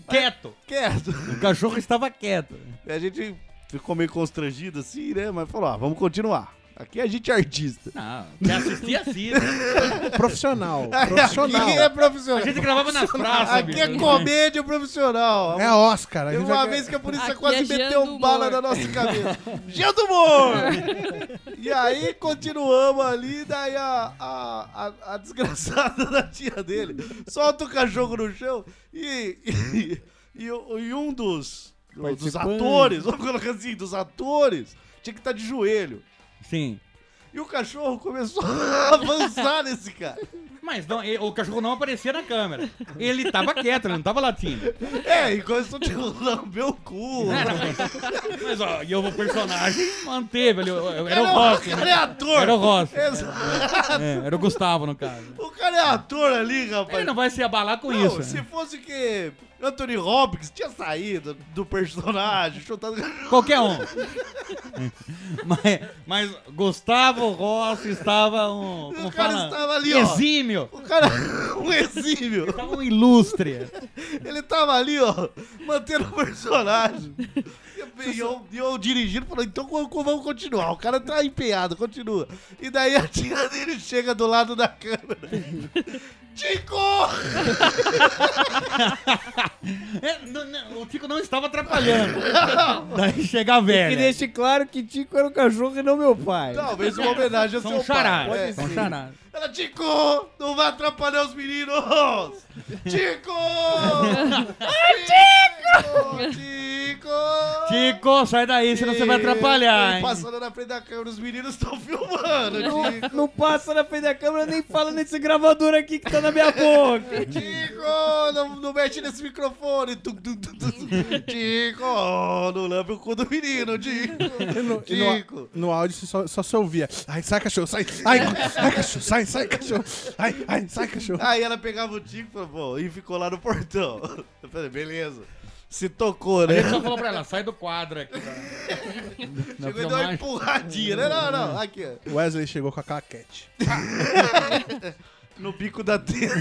Quieto. quieto. O cachorro estava quieto. E a gente ficou meio constrangido assim, né? Mas falou: ah, vamos continuar. Aqui a gente é artista. Não, quer assistir, assista. (laughs) Profissional. Profissional. Aqui é profissional. A gente gravava nas praças, Aqui é comédia profissional. É Oscar. A Teve gente uma já- vez que a polícia Aqui quase é Jean meteu do bala humor. na nossa cabeça. Jean do humor! (laughs) e aí continuamos ali, daí a, a, a, a desgraçada (laughs) da tia dele solta o cachorro no chão e, e, e o- e um dos, do- dos Participantes. atores, vamos colocar assim, dos atores, tinha que estar de joelho. Sim. E o cachorro começou (laughs) a avançar nesse cara. Mas não, e- o cachorro não aparecia na câmera. Ele tava quieto, ele não tava latindo. É, e começou a te lamber o cu. Mas ó, e eu, o personagem manteve ali. eu- eu- Era o Era o- Rossi. cara né? é ator. Era o Rossi. Exato. É, era o Gustavo, no caso. O cara é ator ali, Ele rapaz. não vai se abalar com Não, isso. né? se fosse que Anthony Hopkins tinha saído do personagem, chutado. Qualquer um. mas, mas Gustavo Rossi estava um. Como O cara fala? estava ali, ó. Exímio. O cara, um exímio. Estava um ilustre. Ele tava ali, ó, mantendo o personagem. E eu, e eu dirigindo, falando, então co- co- vamos continuar. O cara tá empenhado, continua. E daí a tia dele chega do lado da (laughs) câmera. Tico! É, não- não, o Tico não estava atrapalhando. Daí chega a Que velha. deixe claro que Tico era o cachorro e não meu pai. Talvez uma homenagem ao São seu charás. pai. É. São charás. Ela, Tico, não vai atrapalhar os meninos! Tico! Ai, Tico! Tico! Tico, sai daí, senão você vai atrapalhar. hein? Passando na frente da câmera, os meninos estão filmando, Tico! Não passa na frente da câmera nem fala nesse gravador aqui que tá na (laughs) minha boca. Tico, não, não mexe nesse microfone. Tu, tu, tu, tu, tu. Tico, não lambe o cu do menino, Tico. E no, Tico. no áudio você só, só se ouvia. Ai, sai cachorro, sai. Ai, sai cachorro, sai, sai cachorro. Ai, ai, sai cachorro. Aí ela pegava o Tico e falava, "Bom", e ficou lá no portão. Eu falei, beleza. Se tocou, Ele né? só falou pra ela, sai do quadro aqui. (laughs) tá? Na Chegou e deu uma filmagem. empurradinha, né? Não, não, aqui, ó. Wesley chegou com a claquete. No bico da tela.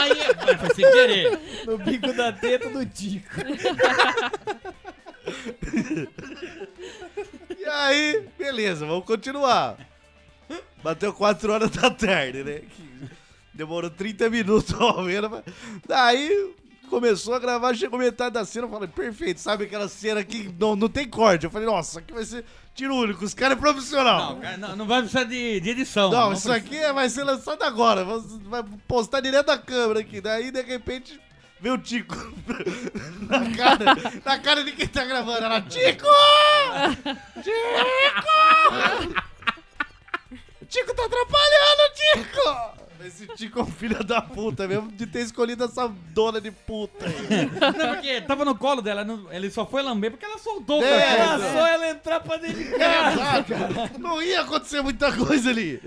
Aí, é, foi sem querer. No bico da teta do Tico. (laughs) E aí, beleza, vamos continuar. Bateu 4 horas da tarde, né? Que Demorou 30 minutos ao menos. mas- Daí começou a gravar, chegou metade da cena. Eu falei, perfeito, sabe aquela cena que não, não tem corte? Eu falei, nossa, aqui vai ser tiro único, os caras é profissional. Não, cara, não, não vai precisar de, de edição. Não, Não isso precisa. aqui é- vai ser lançado agora. vamos- Vai postar direto da câmera aqui. Daí, de repente, vê o Tico (laughs) na cara, na cara de quem tá gravando. Ela, Tico! Tico! Tico tá atrapalhando, Tico! Mas senti como filha da puta mesmo de ter escolhido essa dona de puta aí. Não, porque tava no colo dela, não- ele só foi lamber porque ela soltou o É, cachorro. é. só ela entrar pra dentro de casa. Exato. Não ia acontecer muita coisa ali.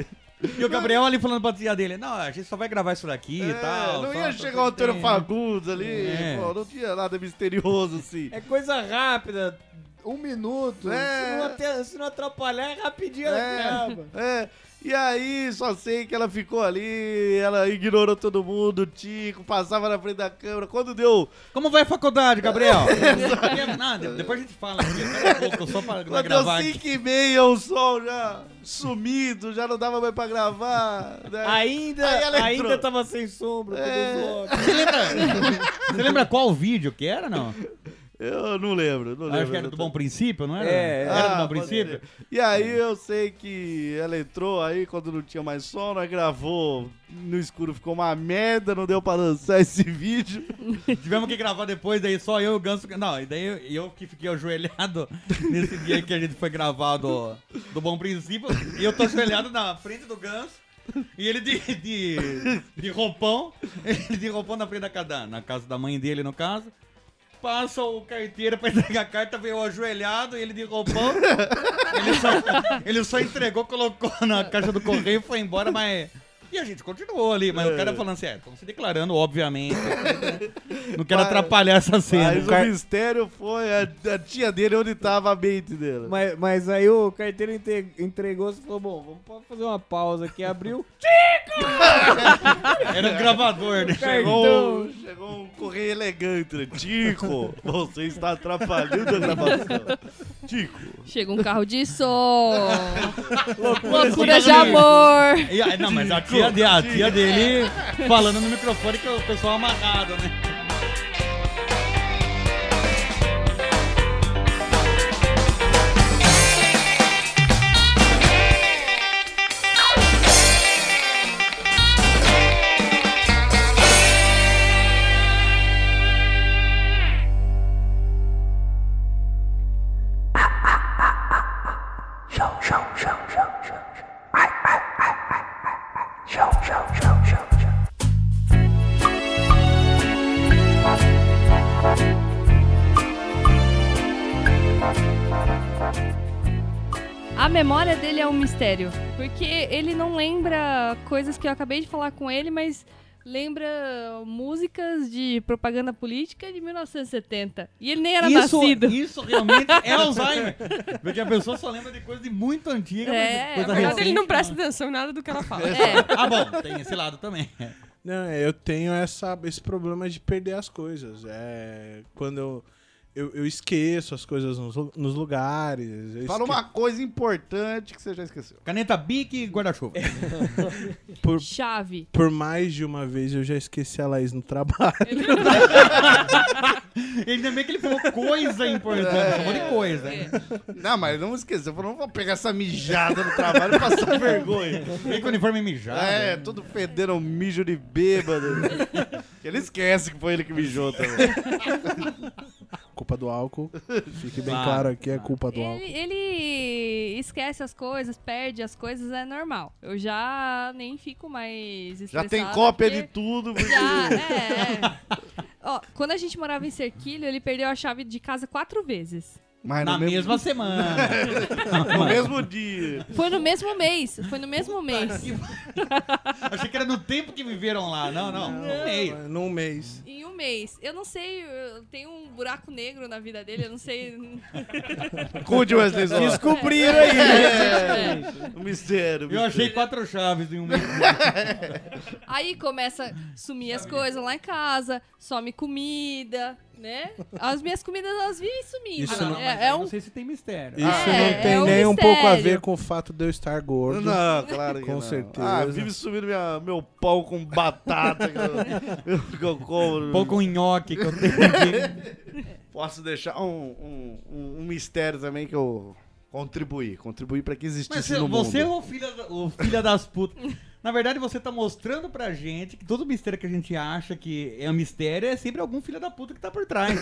E o Gabriel ali falando pra tia dele, não, a gente só vai gravar isso daqui e É, tal. não tá, só- ia só- chegar o Antônio tem- Fagundes ali, É. pô, não tinha nada misterioso assim. É coisa rápida, um minuto. É. Se, não ate- se não atrapalhar, rapidinho É. ela acaba. É, E aí, só sei que ela ficou ali, ela ignorou todo mundo, o Tico, passava na frente da câmera. Quando deu, Como vai a faculdade, Gabriel? Não, de- depois a gente fala aqui. Espera um pouco, só pra quando deu gravar aqui. 5 e meia, o sol já sumido, já não dava mais pra gravar. né? Ainda, Aí ela entrou. ainda tá- tava sem sombra. É. todos os olhos. Você lembra, (laughs) você lembra qual vídeo que era, não? Eu não lembro, não lembro. Acho que era do Bom Princípio, não era? É, era do Ah, Bom pode Princípio? ser. E aí eu sei que ela entrou aí quando não tinha mais som, nós gravou no escuro, ficou uma merda, não deu pra lançar esse (laughs) vídeo. Tivemos que gravar depois, daí só eu e o Ganso. Não, e daí eu, eu que fiquei ajoelhado nesse dia que a gente foi gravar do, do Bom Princípio. E eu tô ajoelhado na frente do Ganso. E ele de, de, de roupão, ele de roupão na frente da casa, na casa da mãe dele, no caso. Passa o carteiro pra entregar a carta, veio eu ajoelhado, ele de roupão. Ele só, ele só entregou, colocou na caixa do correio e foi embora, mas. E a gente continuou ali, mas o cara falando assim, é, estão se declarando, obviamente. né? Não quero Mas- atrapalhar essa cena. Mas O cara- o mistério foi a, a tia dele onde tava a mente dela. Mas, mas aí o carteiro inte- entregou e falou: Bom, vamos pa- fazer uma pausa aqui. Abriu Era um gravador, né? o cartão. Chegou, chegou um correio elegante, né? Tico, você está atrapalhando a gravação. Tico. Chega um carro de (laughs) som. Loucura de amor. E aí- não, mas a tia, de- a tia dele falando no microfone que o pessoal amarrado, né? A memória dele é um mistério. Porque ele não lembra coisas que eu acabei de falar com ele, mas lembra músicas de propaganda política de 1970. E ele nem era Isso, nascido. isso realmente (laughs) é Alzheimer. Porque a pessoa só lembra de coisa de muito antiga, É, mas é coisa Na verdade, verdade, recente. ele não presta atenção em nada do que ela fala. (laughs) É. Ah, bom, tem esse lado também. Não, é, eu tenho essa, esse problema de perder as coisas. É, quando eu, eu, eu esqueço as coisas nos, lu- nos lugares. eu Fala esque- uma coisa importante que você já esqueceu. Caneta Bic e guarda-chuva. É. Por, Chave. por mais de uma vez eu já esqueci a Laís no trabalho. (laughs) Ainda bem que ele falou coisa É. importante, chamou de coisa. É. Não, mas não esqueceu. Falou, não vou pegar essa mijada no trabalho e passar vergonha. Vem com o uniforme mijado. É, tudo fedendo um mijo de bêbado. ele esquece que foi ele que mijou também. culpa do álcool. Fique bem Claro, claro aqui, é culpa do álcool. Ele, ele esquece as coisas, perde as coisas, é normal. Eu já nem fico mais Já estressada. tem cópia porque- de tudo. porque- Já, é, é. Ó, quando a gente morava em Serquilho, ele perdeu a chave de casa quatro vezes. Mas Na no mesmo, (laughs) mesma semana. no mesmo dia. Foi no mesmo mês, foi no mesmo mês. Achei que era no tempo que viveram lá. Não, não. No meio. Num mês. Em um mês. Eu não sei, eu- tem um buraco negro na vida dele, eu não sei. Cuide Wesley Zó. Descobriram aí. É. O mistério. o Eu mistério. achei quatro chaves em um Ah, mês. Aí começa a sumir as coisas lá em casa, some comida, né? As minhas comidas elas vivem sumindo. Isso não- é, é um. sei se tem mistério. Isso É, não tem é um nem um pouco a ver mistério. com o fato de eu estar gordo. Não, claro que Com não. certeza. Ah, vive subindo minha, meu pau com batata que eu, (laughs) que eu como. Pouco nhoque que eu tenho (laughs) aqui. Posso deixar um, um- um- um mistério também que eu contribuí. Contribuí pra que existisse Mas você, Tipo assim, no mundo. você é o filho, da- o filho das putas. Na verdade, você tá mostrando pra gente que todo mistério que a gente acha que é um mistério é sempre algum filho da puta que tá por trás.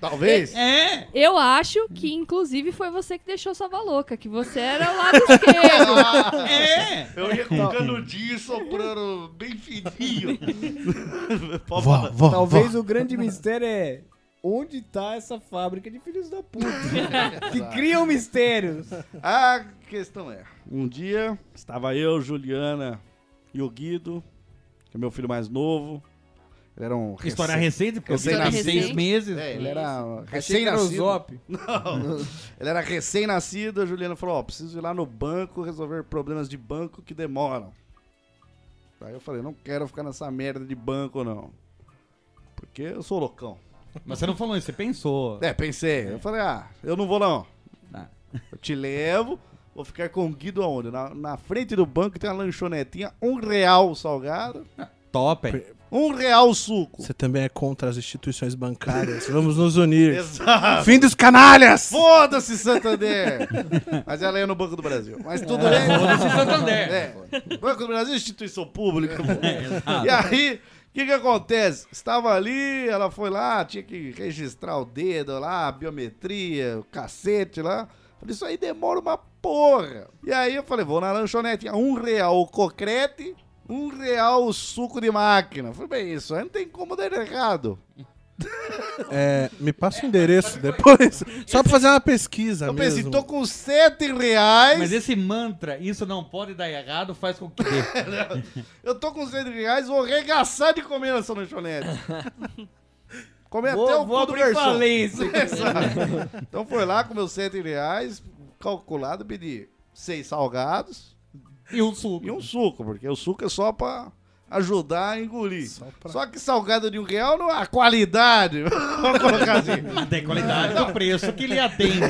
Talvez. É! é. Eu acho que, inclusive, foi você que deixou sua louca, que você era o lado esquerdo. É! Eu ia com canudinho e soprando bem fininho. Pode Vó, falar. vó, Talvez vó. o grande mistério é onde tá essa fábrica de filhos da puta que um criam mistérios. A questão é: um dia estava eu, Juliana e o Guido, que é meu filho mais novo. Ele era um. História recém- recente, porque eu Recém- tenho seis recente. meses. É, ele era Achei que era o recém-nascido. Zop. Não. (laughs) Ele era recém-nascido, a Juliana falou, ó, preciso ir lá no banco resolver problemas de banco que demoram. Aí eu falei, não quero ficar nessa merda de banco, não. Porque eu sou loucão. Mas você não falou isso, você pensou. É, pensei. Eu falei, ah, eu não vou não. Tá. Eu te levo, vou ficar com o Guido aonde? Na, na frente do banco tem uma lanchonetinha, um real o salgado, Top, hein? um real o suco. Você também é contra as instituições bancárias. Vamos nos unir. Exato. Fim dos canalhas! Foda-se, Santander! Mas ela ia no Banco do Brasil. Mas tudo bem. É, Foda-se, Santander. É, É. Banco do Brasil é instituição pública. pô. e aí, o que que acontece? Estava ali, ela foi lá, tinha que registrar o dedo lá, a biometria, o cacete lá. Falei, isso aí demora uma porra. E aí eu falei, vou na lanchonete, um real o cocrete, um real o suco de máquina. Falei, bem, isso aí não tem como dar errado. É, me passa o endereço depois. Só pra fazer uma pesquisa Eu pensei, É mesmo. tô com sete reais. Mas esse mantra, isso não pode dar errado, faz (laughs) com que dê. Eu tô com 100 reais, vou arregaçar de comer nessa (laughs) lanchonete. Comer até o Vou, vou cu do abrir garçom. (laughs) falência. Exato. Então foi lá com meus 100 reais, calculado, pedi seis salgados E um suco. e um suco, porque o suco é só pra ajudar a engolir. Só, que salgado de um real não há qualidade. (laughs) Vamos colocar assim. (laughs) Até qualidade do preço que ele atende.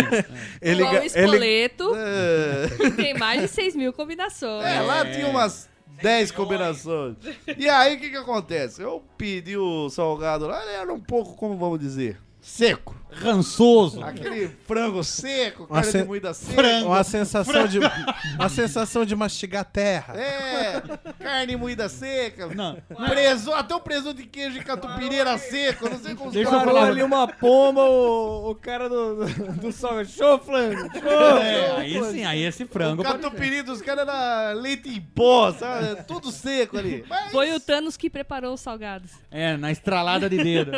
(laughs) Ele, Igual ga- o ele, espoleto, É. que tem mais de 6 mil combinações. É, lá tinha umas 10 combinações. E aí, o que que acontece? Eu pedi o salgado lá, ele era um pouco, como vamos dizer, seco. Rançoso. Aquele frango seco, Uma carne ce- de moída seca. uma sensação de (laughs) uma sensação de mastigar terra. É, carne moída seca. Não. Preso, até o presunto de queijo de catupineira seco, não sei como se Deixa eu fala. Parou falar- ali uma pomba, o, o cara do, do, do sol. Show, Flango! Show! É, aí sim, aí esse frango. O catupiry dos caras era leite em pó, sabe? Tudo seco ali. Mas Foi o Thanos que preparou os salgados. É, na estralada de dedo.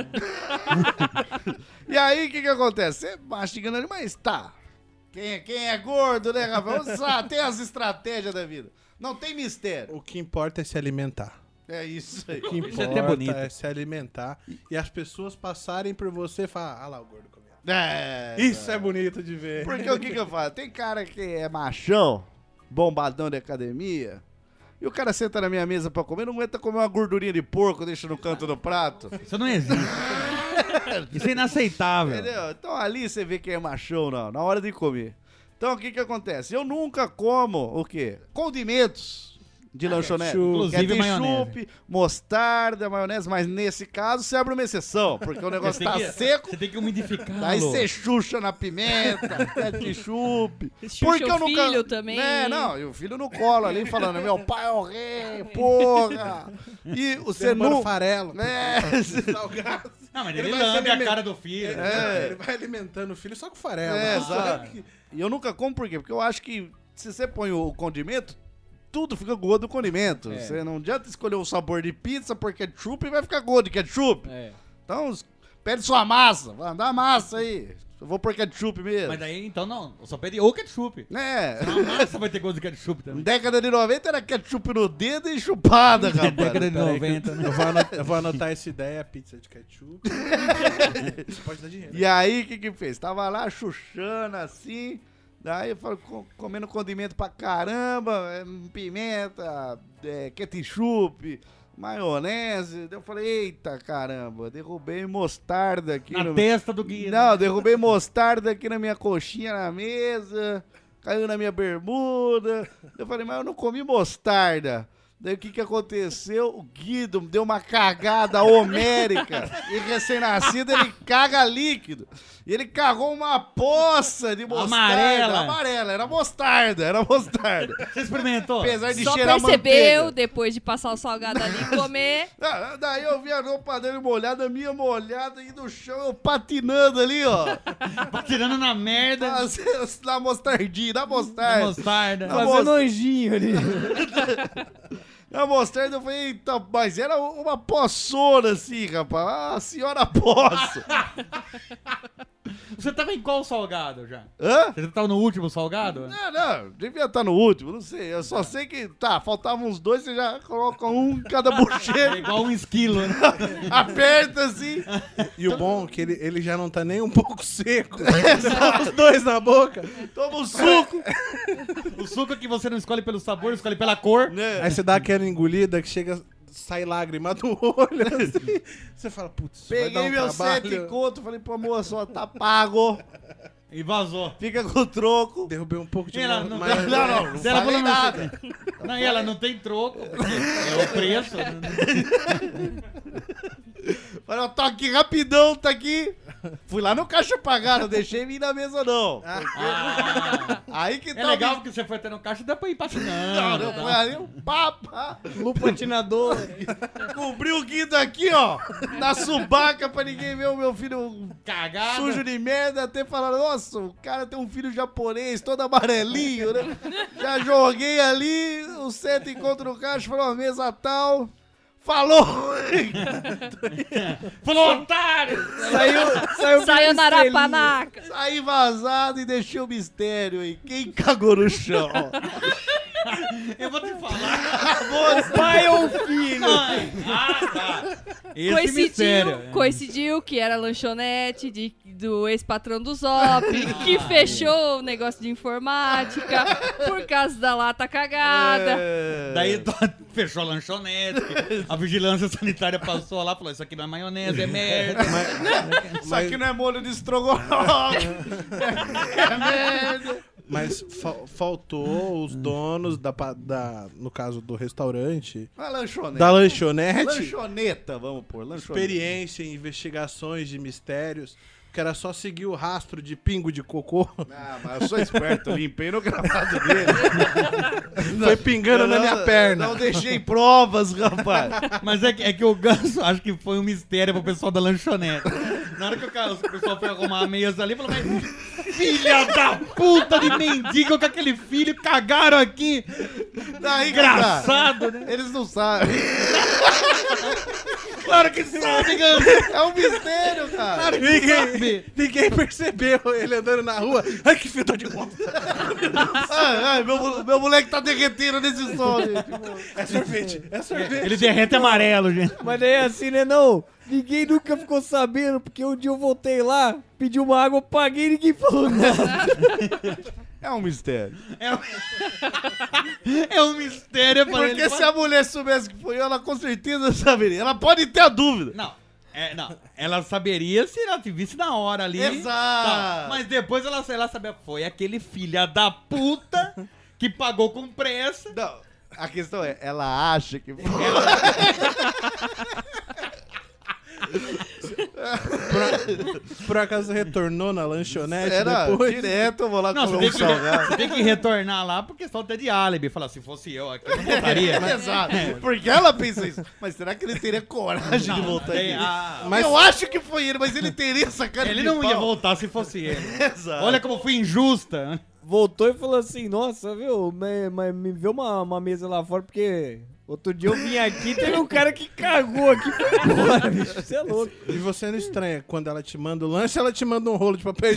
E aí, o que que acontece? Você mastigando ali, mas tá. Quem é, quem é gordo, né, Rafael? (laughs) Sabe, tem as estratégias da vida. Não tem mistério. O que importa é se alimentar. É isso aí. O que Isso é até importa bonito. é se alimentar e as pessoas passarem por você e falar, ah lá o gordo comendo. É. Isso é bonito de ver. Porque o que que eu falo? Tem cara que é machão, bombadão de academia, e o cara senta na minha mesa pra comer, não aguenta comer uma gordurinha de porco, deixa no canto do prato. Isso não existe. Isso é inaceitável. Entendeu? Então ali você vê quem é machão, não, na hora de comer. Então o que que acontece? Eu nunca como o quê? Condimentos de lanchonete. Ah, Inclusive Que é maionese. ketchup, mostarda, maionese, mas nesse caso você abre uma exceção, porque (laughs) o negócio tá seco, Você tem que umidificar. Aí Lô. você chucha na (laughs) pimenta, ketchup. Chucha o filho também. É, não, e o filho no colo ali falando, meu pai é o rei, porra. E um você Demora não... farelo. É, cê- Salgado. Não, mas Ele ele, vai se lambe a alimentar. cara do filho. É. (laughs) Ele vai alimentando o filho só com farelo. É, Nossa, exato. olha que- E eu nunca como por quê? Porque eu acho que se você põe o condimento, tudo fica com gosto do condimento. É. Você não adianta escolher o sabor de pizza por ketchup e vai ficar gosto de ketchup. É. Então, es- pede sua massa, vai andar massa aí. Eu vou por ketchup mesmo. Mas daí, então, não. Só pede ou ketchup. É. (laughs) A massa vai ter gosto de ketchup também. Década de 90 era ketchup no dedo e (laughs) chupada, rapaz. Década de Peraí que 90, né? Eu vou, anotar, eu vou anotar essa ideia, pizza de ketchup. (laughs) Isso pode dar dinheiro. E aí, o que que fez? Tava lá chuchando assim, daí eu falo, co- comendo condimento pra caramba, eh, pimenta, é, ketchup, maionese. Daí Eu falei, eita caramba, derrubei mostarda aqui. Na no- testa do guia. Não, derrubei mostarda aqui na minha coxinha na mesa, caiu na minha bermuda. Eu falei, mas eu não comi mostarda. Daí o que, que aconteceu? O Guido deu uma cagada homérica. E recém-nascido ele caga líquido. E ele cagou uma poça de mostarda. Amarela. Amarela, era mostarda, era mostarda. (laughs) Você experimentou? Apesar de Só cheirar percebeu manteiga. depois de passar o salgado ali e (laughs) comer. Ah, Daí eu vi a roupa dele molhada, a minha molhada, e no chão eu patinando ali, ó. Tá Tirando na Tá, Tá merda. Fazendo- Na mostardinha, na da mostarda. Mostarda. Não. Fazendo (laughs) anjinho ali. Na mostarda eu falei, eita, mas era uma poçona assim, rapaz. Ah, a senhora (laughs) poça. Você tava em qual salgado já? Hã? Você tava no último salgado? Não, não, devia estar no último, não sei. Eu só sei que, tá, faltavam uns dois, você já coloca um em cada É (laughs) bochecha, igual um esquilo, né? aperta assim. E o bom é que ele, ele já não tá nem um pouco (laughs) seco. Só os dois na boca. Toma um suco. O suco que você não escolhe pelo sabor, escolhe pela cor. Aí você dá aquela engolida que chega, sai lágrima do olho. assim. Você fala, putz, isso vai dar Peguei um meu sete e trabalho. conto, falei pra moça, ó, tá pago, E vazou. fica com o troco. Derrubei um pouco de Ela mar... Tipo, não, mar- Não, não, não Se ela falei falou, não, nada. você- não, e ela não tem troco. porque É o preço. Falei, ó, tá aqui rapidão, tá aqui. Fui lá no caixa pagar, não deixei vir na mesa, não. Ah, Aí que é tá... legal porque você foi até no caixa e dá pra ir Não, patinando. não, tá? foi ali um papa. Patinador. Cobriu o Guido aqui, ó, na subaca pra ninguém ver o meu filho Cagada. sujo de merda, até falaram, nossa, o cara tem um filho japonês, todo amarelinho, né? Já joguei ali, o sete encontra o caixa, falou, "Ó, mesa tal. Falou! Falou, otário! Saiu, saiu, Saiu na Arapaná. Arapanaca. Saí vazado e deixei o mistério aí. Quem cagou no chão? Eu vou te falar. Pai ou filho? Mãe. Ah, tá. Esse Coincidiu, é. mistério. né? coincidiu que era a lanchonete de- do ex-patrão (laughs) do Zop, Ah. que fechou o negócio de informática por causa da lata cagada. É. Daí to- fechou a lanchonete, a vigilância sanitária passou lá e falou: Isso aqui não é maionese, é merda. Isso aqui não é molho de estrogonofe. é merda. Mas fa- faltou os donos da, pa- da- No caso do restaurante. Uma lanchoneta. Da lanchonete. Lanchoneta, vamos pôr, lanchoneta. Experiência em investigações de mistérios. Que era só seguir o rastro de pingo (laughs) de cocô. Ah, mas eu sou esperto, limpei no gravado dele. Foi pingando na Eu minha não- perna. Não deixei provas, rapaz. Mas é que, é que o ganso acho que foi um mistério pro pessoal da lanchonete. Na hora que o, cara, o pessoal foi arrumar a mesa ali, falou: Mas filha da puta de mendigo com aquele filho, cagaram aqui. Daí, cara, Engraçado, né? eles não sabem. Claro que sabe, ganso. É um mistério, cara. Ninguém, ninguém percebeu ele andando na rua. Ai, que filho de bosta. (laughs) Ai, ai, meu, mo- meu moleque tá derretendo nesse sol, gente. É sorvete, é sorvete. Ele derrete amarelo, gente. Mas daí assim, né? Não, ninguém nunca ficou sabendo, porque um dia eu voltei lá, pedi uma água, eu paguei e ninguém falou nada. É um mistério. É um, é um mistério pra ele. Porque se a mulher soubesse que foi eu, ela com certeza saberia. Ela pode ter a dúvida. Não. É, não, ela saberia se ela te visse na hora ali. Exato. Tal. Mas depois ela, ela sabia, foi aquele filha da puta que pagou com pressa. Não, a questão é, ela acha que foi. Por acaso retornou na lanchonete Era depois? direto, eu vou lá Não, você comer tem, um que, salgado. você tem que retornar lá por questão até de álibi. Falar, se fosse eu aqui, eu (laughs) não voltaria. né? Exato. É É. Porque ela pensa isso. Mas será que ele teria coragem de voltar Daí, aqui? ah, Mas- Eu acho que foi ele, mas ele teria essa cara ele de não ia pau. voltar se fosse ele. Exato. Olha como fui injusta. (laughs) Voltou e falou assim, nossa, viu, mas me, vê uma, uma mesa lá fora, porque outro dia eu vim aqui e teve um cara que cagou aqui e foi embora, bicho. Você é louco. E você não estranha, quando ela te manda o lanche, ela te manda um rolo de papel (laughs)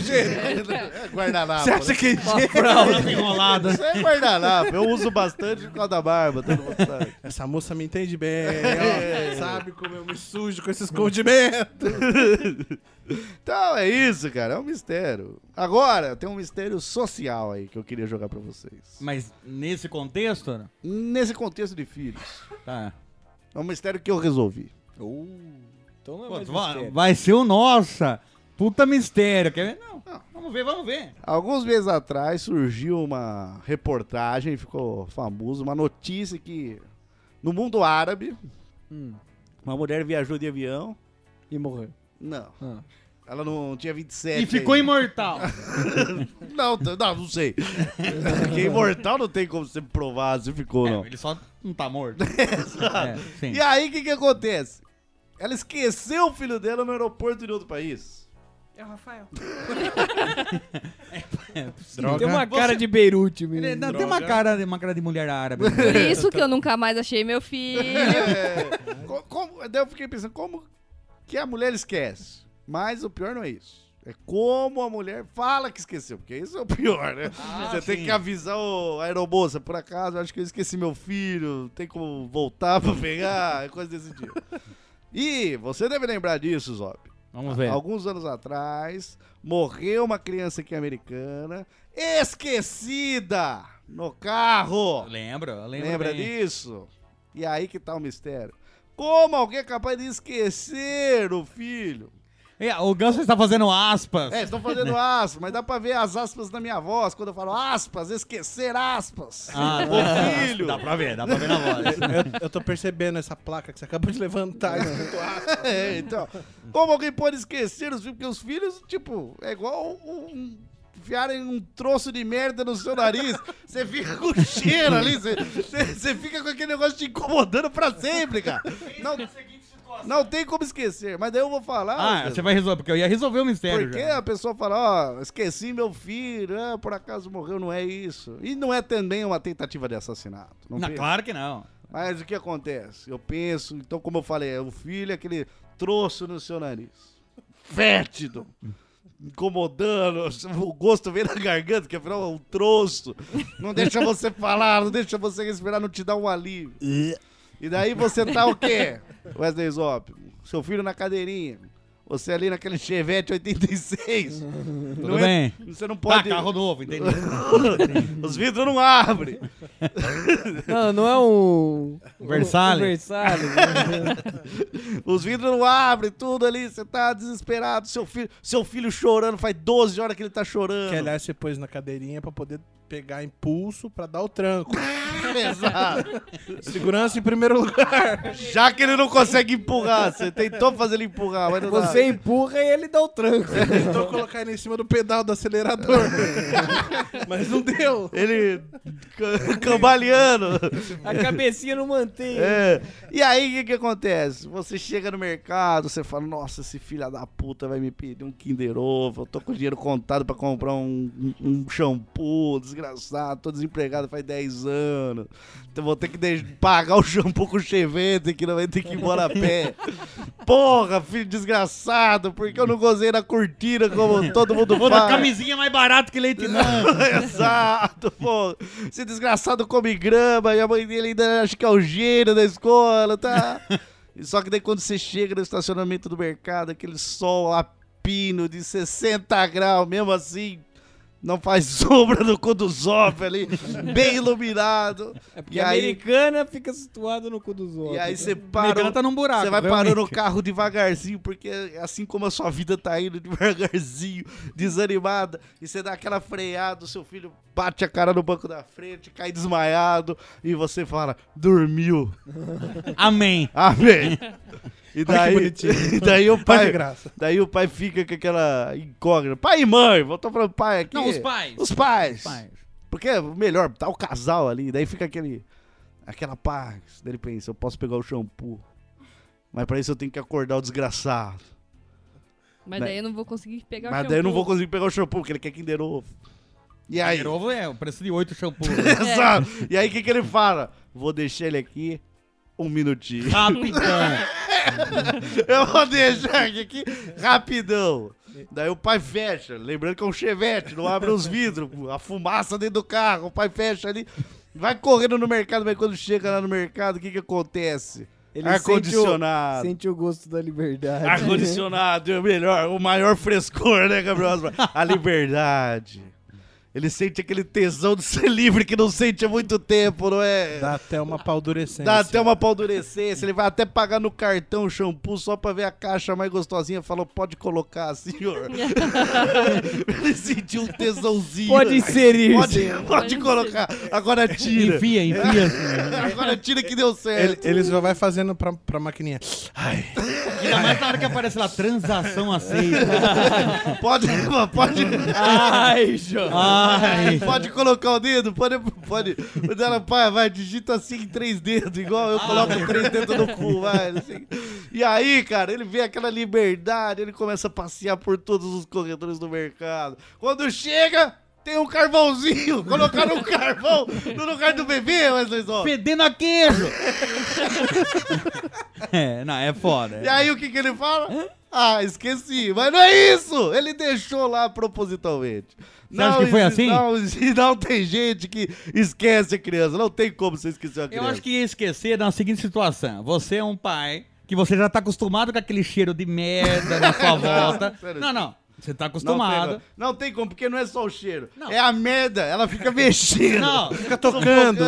(laughs) higiênico. É guardanapo. Você acha né? que Fralda enrolada. Isso é guardanapo. Eu uso bastante por causa da barba, todo mundo sabe. essa moça me entende bem, É. ela sabe como eu me sujo (laughs) com esses condimentos. Então é isso, cara. É um mistério. Agora, tem um mistério social aí que eu queria jogar pra vocês. Mas nesse contexto, né? Nesse contexto de filhos, tá. é um mistério que eu resolvi. Então não é Pô, mais va- mistério. vai ser o nossa. Puta mistério. Quer ver? Não. Vamos ver, vamos ver. Alguns meses atrás surgiu uma reportagem, ficou famoso, uma notícia que No mundo árabe, uma mulher viajou de avião. E morreu. Não. Ah. Ela não tinha 27. E ficou ainda. (laughs) imortal. Não, t- não, não sei. (laughs) Porque imortal não tem como você provar se ficou, não. É, ele só não tá (laughs) morto. É, sim. E aí, o que que acontece? Ela esqueceu o filho dela no aeroporto de outro país. É o Rafael. Tem uma cara de Beirute, é Ele- é menino. não, tem uma cara, de- uma cara de (laughs) mulher árabe. né? Por isso que eu nunca mais achei meu filho. É, co- como- daí eu fiquei pensando, como que a mulher esquece? Mas o pior não é isso. É como a mulher fala que esqueceu, porque isso é o pior, né? Você tem sim. que avisar o a aeromoça, por acaso, acho que eu esqueci meu filho, tem como voltar pra pegar, é coisa desse tipo. E você deve lembrar disso, Zop. Vamos ver. Alguns anos atrás, morreu uma criança aqui americana, esquecida no carro. Lembra? Lembra, Lembra bem. disso? E aí que tá o mistério. Como alguém é capaz de esquecer o filho? É, o Ganso está fazendo aspas. É, estou (laughs) fazendo aspas, mas dá pra ver as aspas na minha voz quando eu falo aspas, esquecer aspas. Ah, (laughs) o filho. Dá pra ver, dá pra ver (laughs) na voz. Eu, eu tô percebendo essa placa que você acabou de levantar. escrito aspas. É, então. Como alguém pode esquecer os filhos? Porque os filhos, tipo, é igual um. um- Enfiarem um troço de merda no seu nariz, você fica com cheiro ali, você- você você fica com aquele negócio te incomodando pra sempre, cara. Não, não tem como esquecer, mas daí eu vou falar. Ah, Pedro, você vai resolver, porque eu ia resolver o mistério porque já. a pessoa fala, ó, esqueci meu filho, ah, por acaso morreu, não é isso. E não é também uma tentativa de assassinato. Não Não, pensa? claro que não. Mas o que acontece? Eu penso, então, como eu falei, é o filho é aquele troço no seu nariz. Fétido. Incomodando, o gosto vem na garganta, que afinal é um troço. Não deixa você falar, não deixa você respirar, não te dá um alívio. E daí você tá o quê? Wesley Zop, seu filho na cadeirinha. Você ali naquele Chevette 86. Tudo Não é- bem. Você não Tá, pode. carro novo, entendeu? (laughs) Os vidros não abrem. Não, não é um. (laughs) Versalhes. um Versalhes, né? Os vidros não abrem, tudo ali, você tá desesperado, seu filho, seu filho chorando, faz 12 horas que ele tá chorando. Que aliás se pôs na cadeirinha pra poder pegar impulso pra dar o tranco. Exato. Segurança em primeiro (laughs) lugar. Já que ele não consegue empurrar, você tentou fazer ele empurrar, mas não dá. Você é um empurra e ele dá o tranco. Tentou Então, colocar ele em cima do pedal do acelerador. Mas não deu. Ele ca- cambaleando. A cabecinha não mantém. É. E aí, o que, que acontece? Você chega no mercado, você fala, nossa, esse filho da puta vai me pedir um Kinder Ovo, eu tô com dinheiro contado pra comprar um, um shampoo, desgraçado, tô desempregado faz 10 anos, então vou ter que de- pagar o shampoo com chevette, que não vai ter que ir embora a pé. Porra, filho desgraçado, por que eu não gozei na cortina como todo mundo Vou dar faz? camisinha mais barato que leite não. (laughs) Exato, pô. Esse desgraçado come grama e a mãe dele ainda acha que é o gênio da escola, tá? E Só que daí quando você chega no estacionamento do mercado, aquele sol a pino de 60 graus, mesmo assim, não faz (laughs) sombra no cu do Zop ali, bem iluminado. Porque e, a aí, americana fica situada no cu dos outros. né? e aí você Americana para. um tá num buraco. Você vai realmente. parando o carro devagarzinho, porque assim como a sua vida tá indo devagarzinho, (laughs) desanimada, e você dá aquela freada, o seu filho bate a cara no banco da frente, cai desmaiado, e você fala, dormiu. (laughs) Amém. Amém. E daí, (laughs) e daí o Pai de pai. graça. Daí o pai fica com aquela incógnita. Pai e mãe, voltou para o pai aqui. Não, os pais. Os pais. Pai. Porque é melhor, tá o casal ali, daí fica aquele. Aquela paz. Daí ele pensa, eu posso pegar o shampoo. Mas pra isso eu tenho que acordar o desgraçado. Mas daí eu não vou conseguir pegar o Mas shampoo. daí eu não vou conseguir pegar o shampoo, porque ele quer Kinder Ovo. E aí? De novo é o preço de oito (laughs) shampoo. (laughs) Exato. E aí o que, que ele fala? Vou deixar ele aqui um minutinho. Tá Rapidão. (laughs) Eu vou deixar aqui, aqui rapidão. Daí o pai fecha, lembrando que é um chevette, não abre os vidros, a fumaça dentro do carro, o pai fecha ali. Vai correndo no mercado, mas quando chega lá no mercado, o que que acontece? Ele Ar-condicionado. Sente o gosto da liberdade. Ar-condicionado é o melhor, o maior frescor, né, Gabriel? Osborne? A liberdade. Ele sente aquele tesão de ser livre que não sente há muito tempo, não é? Dá até uma paldurecência. Dá até uma paldurecência, ele vai até pagar no cartão o shampoo só pra ver a caixa mais gostosinha. Falou, pode colocar, senhor. ele sentiu um tesãozinho. Pode inserir. Pode, pode colocar. Agora (laughs) tira. Enfia, enfia. assim. Agora tira que deu Ele, certo. ele só vai fazendo pra, pra maquininha. Ai, Ainda mais na hora que aparece lá, transação né? aceita. (laughs) Pode, (laughs) pode, Ah, Ai, João. Ai. (laughs) pode colocar o dedo, pode, pode. O dela, pai, vai, digita assim três dedos, igual eu coloco três dedos no cu, vai. assim. E aí, cara, ele vê aquela liberdade, ele começa a passear por todos os corredores do mercado. Quando chega, tem um carvãozinho. (laughs) Colocaram um carvão no lugar do bebê, Wesley Zó. Fedendo a queijo. (laughs) é, não, é foda. E aí, o que que ele fala? Ah, esqueci. Mas não é isso! Ele deixou lá propositalmente. acha que foi exi- assim? Não, exi- não tem gente que esquece a criança. Não tem como você esquecer a Eu criança. acho que ia esquecer na seguinte situação. Você é um pai que você já tá acostumado com aquele cheiro de merda na (laughs) sua volta. sério. Não, não. Você tá não tem, acostumado. como. não tem como, porque não é só o cheiro. Não. É a merda. Ela fica mexendo. Não, fica tocando.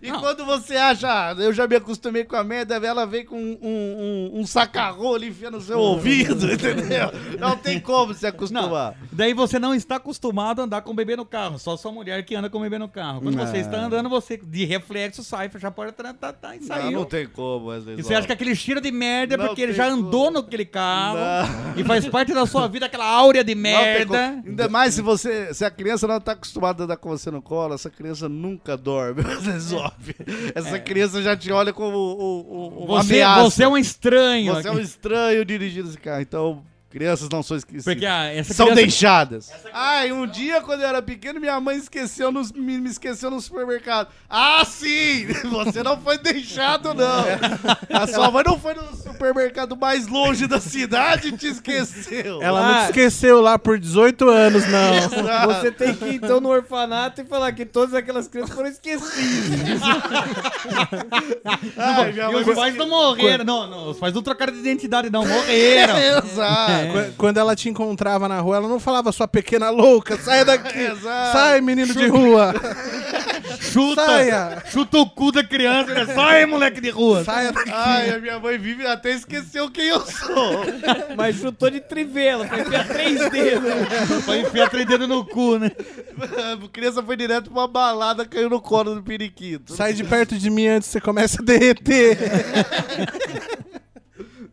E Não. quando você acha, ah, eu já me acostumei com a merda, ela vem com um, um, um, um sacarrolho e enfia no seu ouvido, (laughs) entendeu? Não tem como se Não. acostumar. Daí você não está acostumado a andar com o bebê no carro. Só sua mulher que anda com o bebê no carro. Quando você está andando, você de reflexo sai, fecha a porta tá, tá, tá, e Não, saiu. não tem como, Wesley. E você Zó. acha que aquele cheiro de merda é Não porque ele tem já como. andou naquele carro Não. e faz parte da sua vida aquela áurea de Não tem como. merda. Ainda mais se você. Se a criança não tá acostumada a andar com você no colo, essa criança nunca dorme. (laughs) Resolve. Essa criança já te olha como o, o, o É. Você, ameaça. você é um estranho. Você é um estranho dirigindo esse carro. Então, crianças não são esquecidas. Porque ah, essa São criança- deixadas. Ai, um dia, quando eu era pequeno, minha mãe esqueceu nos, me, me esqueceu no supermercado. Ah, sim! (laughs) Você não foi deixado, não. A sua mãe não foi no supermercado mais longe da cidade e te esqueceu. ela não Ah. te esqueceu lá por 18 anos, (laughs) não. Ah, Você tem que ir então no orfanato e falar que todas aquelas crianças foram esquecidas. ai, minha E mãe os me pais não morreram. Não, não, os pais não trocaram de identidade, não. (laughs) Morreram. Exato. Qu- Quando ela te encontrava na rua, ela não falava sua pequena louca, sai (laughs) daqui, Exato. sai menino de rua, Chuta, Saia. chuta o cu da criança. né? Sai, moleque de rua. saia daqui. Ai, a minha mãe vive até esqueceu quem eu sou. Mas chutou de trivela, foi enfiar três dedos. (laughs) Vai enfiar três dedos no cu, né? A criança foi direto pra uma balada, caiu no colo do periquito. Sai de perto de mim antes que você comece a derreter.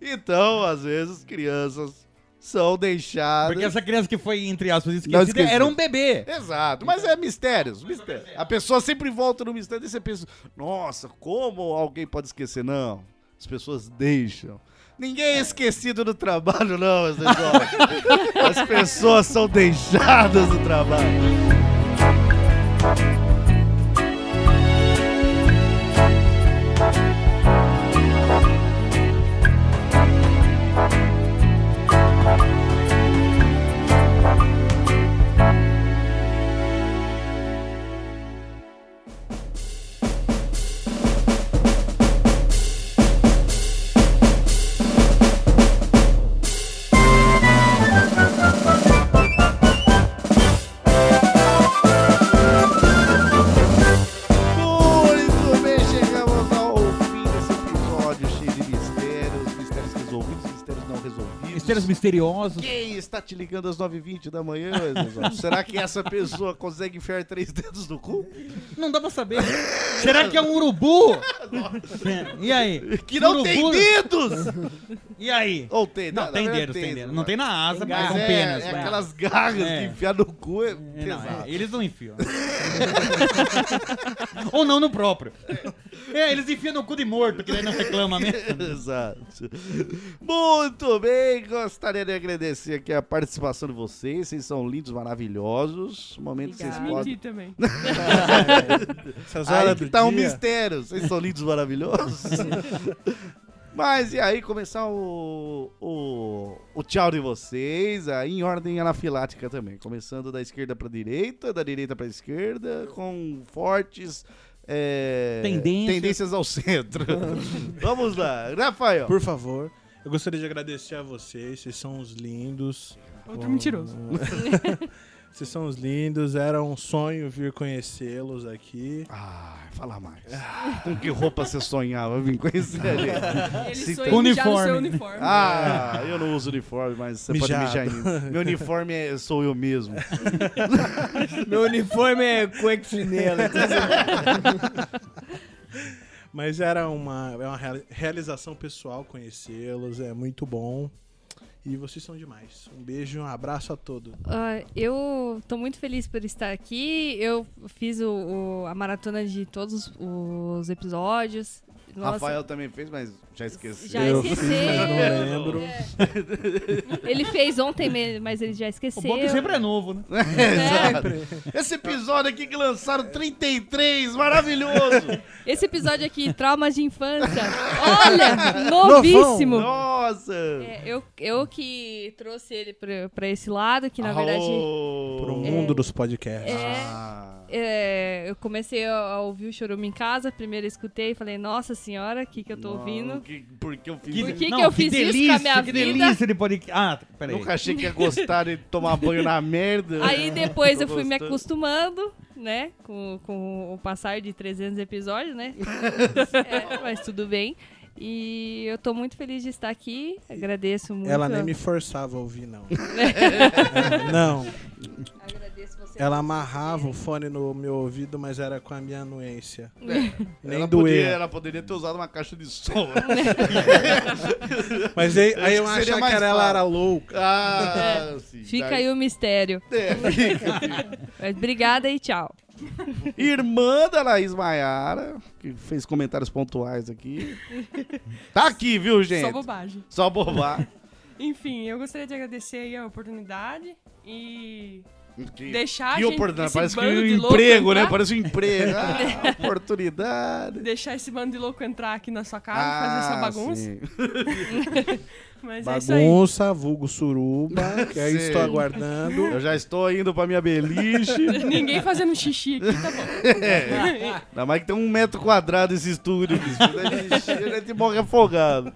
Então, às vezes, crianças são deixadas. Porque essa criança que foi, entre aspas, Não, esquecida esqueci. era um bebê. Exato, mas é mistérios, mistério. A pessoa sempre volta no mistério e você pensa, nossa, como alguém pode esquecer? Não, as pessoas deixam. Ninguém é esquecido do trabalho, não, as (laughs) pessoas. as pessoas são deixadas do trabalho. Muito bem, chegamos ao fim desse episódio cheio de mistérios, mistérios resolvidos, mistérios não resolvidos. Mistérios misteriosos. Quem está te ligando às 9h20 da manhã, (laughs) Exato. Será que essa pessoa consegue enfiar três dedos no cu? Não dá pra saber. (laughs) Será que é um urubu? e aí? Que não urubu? tem dedos! (laughs) E aí? Ou tem, é Não, na tem verdade dedos, tem dedos. Não tem na asa, mas Mas são é, penas. é né? aquelas garras É. que enfiar no cu é É, não, é, pesado. (laughs) eles não enfiam. (laughs) Ou não no próprio. É, eles enfiam no cu de morto, que daí não reclama mesmo. Exato. Muito bem, gostaria de agradecer aqui a participação de vocês. Vocês são lindos, maravilhosos. É, Momento que vocês Obrigada. podem. Menti (laughs) também. Essas Aí horas que do tá um dia. mistério. Vocês são lindos, maravilhosos. Mas e aí, começar o, o, o tchau de vocês, aí em ordem anafilática também. Começando da esquerda pra direita, da direita pra esquerda, com fortes é, Tendências. tendências ao (laughs) centro. Vamos lá, Rafael. É, Por favor, eu gostaria de agradecer a vocês, vocês são os lindos. Outro mentiroso. (laughs) Vocês são os lindos, era um sonho vir conhecê-los aqui. Ah, fala mais. Com que roupa você sonhava vir conhecer a gente? (laughs) Ele Se sonha tem- em mijar no seu Uniforme. uniforme. Ah, eu não uso uniforme, mas você Mijado. pode mijar em mim. Meu uniforme é, sou eu mesmo. Meu uniforme é cueca e chinelo. Mas era uma, é uma reali- realização pessoal conhecê-los, é muito bom. E vocês são demais. Um beijo, um abraço a todos. Ah, eu tô muito feliz por estar aqui. Eu fiz o- o- a maratona de todos os, os episódios. Nossa, Rafael também fez, mas já esqueci. já Eu esqueceu. (laughs) não lembro. É. Ele fez ontem mesmo, mas ele já O esqueceu. bom que sempre é novo, né? Exato. Esse episódio aqui que lançaram 33, (laughs) maravilhoso. Esse episódio aqui, traumas de infância. (laughs) Olha, novíssimo. Nossa. É, eu, eu que trouxe ele pra, pra esse lado, que na verdade Pro Alô. um mundo dos podcasts. é, Ah, é, eu comecei a, a ouvir o Chorume em casa, primeiro eu escutei e falei, nossa senhora, o que que eu tô ouvindo? que- por que eu fiz Por isso? que que eu fiz isso com a minha que vida? delícia de podcast. Ah, peraí. Nunca achei que ia gostar de tomar banho na merda. (laughs) Aí depois eu Tô fui me gostando. acostumando, né? Com, com o passar de 300 (laughs) episódios, né? É, mas tudo bem. E eu tô muito feliz de estar aqui. Agradeço É, muito. Ela nem me forçava a (laughs) ouvir, não. É, não. Agradeço você. Ela amarrava o fone no meu ouvido, mas era com a minha (laughs) anuência. Nem ela Poderia, doer. ela poderia ter usado uma caixa de (laughs) som. Mas aí, Acho aí eu que seria achava mais que era- ela fácil. era (laughs) louca. ah, sim. É. Fica Daí- aí o mistério. É, fica, fica. Mas obrigada e tchau. Irmã da Laís Maiara, que fez comentários pontuais (laughs) aqui. Tá aqui, viu, gente? Só bobagem. Só bobar. Enfim, eu gostaria de agradecer aí a oportunidade e Que, deixar que a gente, oportunidade. esse Parece que bando um de louco emprego, né? entrar- Parece (laughs) um emprego. Ah, oportunidade. Ah, Deixar esse bando de louco entrar aqui na sua casa, fazer essa bagunça. sim. Mas é isso aí. Bagunça, vulgo suruba, que aí Sei. estou aguardando. Eu já estou indo pra minha beliche. Ninguém fazendo xixi aqui, tá bom. Ainda mais que tem um metro quadrado esse estúdio, bicho. Quando a gente chega, a gente morre afogado.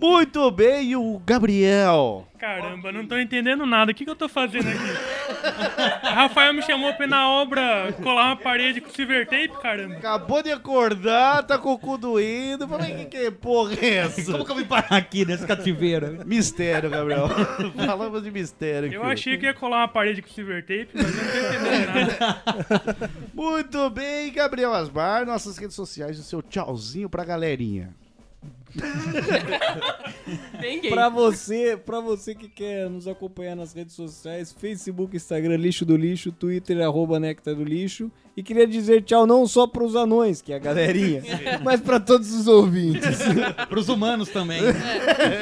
Muito bem, e o Gabriel? Caramba, não tô entendendo nada. O que, que eu tô fazendo aqui? (laughs) Rafael me chamou pra ir na obra colar uma parede com silver tape, caramba. Acabou de acordar, tá com o cu doído. Falei, que, que porra é essa? Como que eu vim parar aqui nesse cativeiro? Mistério, Gabriel. (laughs) Falamos de mistério. Eu aqui. achei que ia colar uma parede com silver tape, mas eu não tô entendendo nada. Muito bem, Gabriel Asbar, nossas redes sociais, o seu tchauzinho pra galerinha. tá Bem gay. pra você, pra você que quer nos acompanhar nas redes sociais, Facebook, Instagram, Lixo do Lixo, Twitter, arroba Nectar do Lixo. E queria dizer tchau não só pros anões, que é a galerinha, mas pra todos os ouvintes. Pros humanos também. né?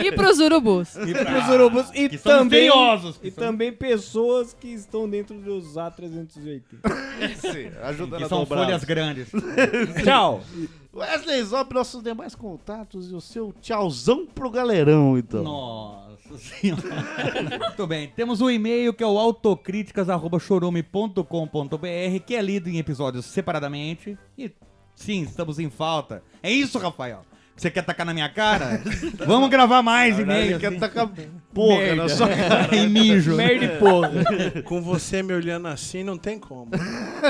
E pros urubus. E E pros pra- urubus e que são também... feiosos. (laughs) E também pessoas que estão dentro dos A380. Sim, ajudando Que a são dobrar. folhas (laughs) grandes. Tchau! Wesley Zop, nossos demais contatos e o seu tchauzão pro galerão, então. Nossa senhora. Muito bem. Temos um e-mail que é o autocríticas.chorume.com.br, que é lido em episódios separadamente. E sim, estamos em falta. É isso, Rafael. Você quer tacar na minha (laughs) cara? Vamos gravar mais Na verdade, e-mails. ele quer hein? tacar porra na sua cara. (laughs) E mijo. Merda e porra. Com você me olhando assim, não tem como.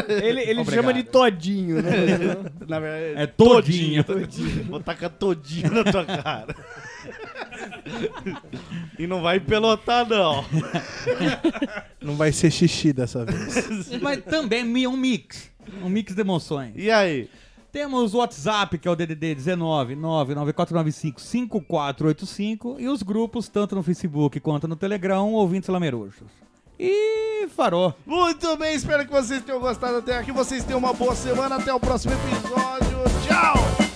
Ele, ele Obrigado. chama de todinho, né? (laughs) Na verdade, É todinho. todinho. Vou tacar todinho na tua cara. e não vai pelotar, não. Não vai ser xixi dessa vez. Mas também mi- um mix. Um mix de emoções. E aí? Temos o WhatsApp, que é o DDD 19 99495 5485, e os grupos, tanto no Facebook quanto no Telegram, ouvintes lamerujos. E farou. Muito bem, espero que vocês tenham gostado até aqui. Vocês tenham uma boa semana. Até o próximo episódio. Tchau!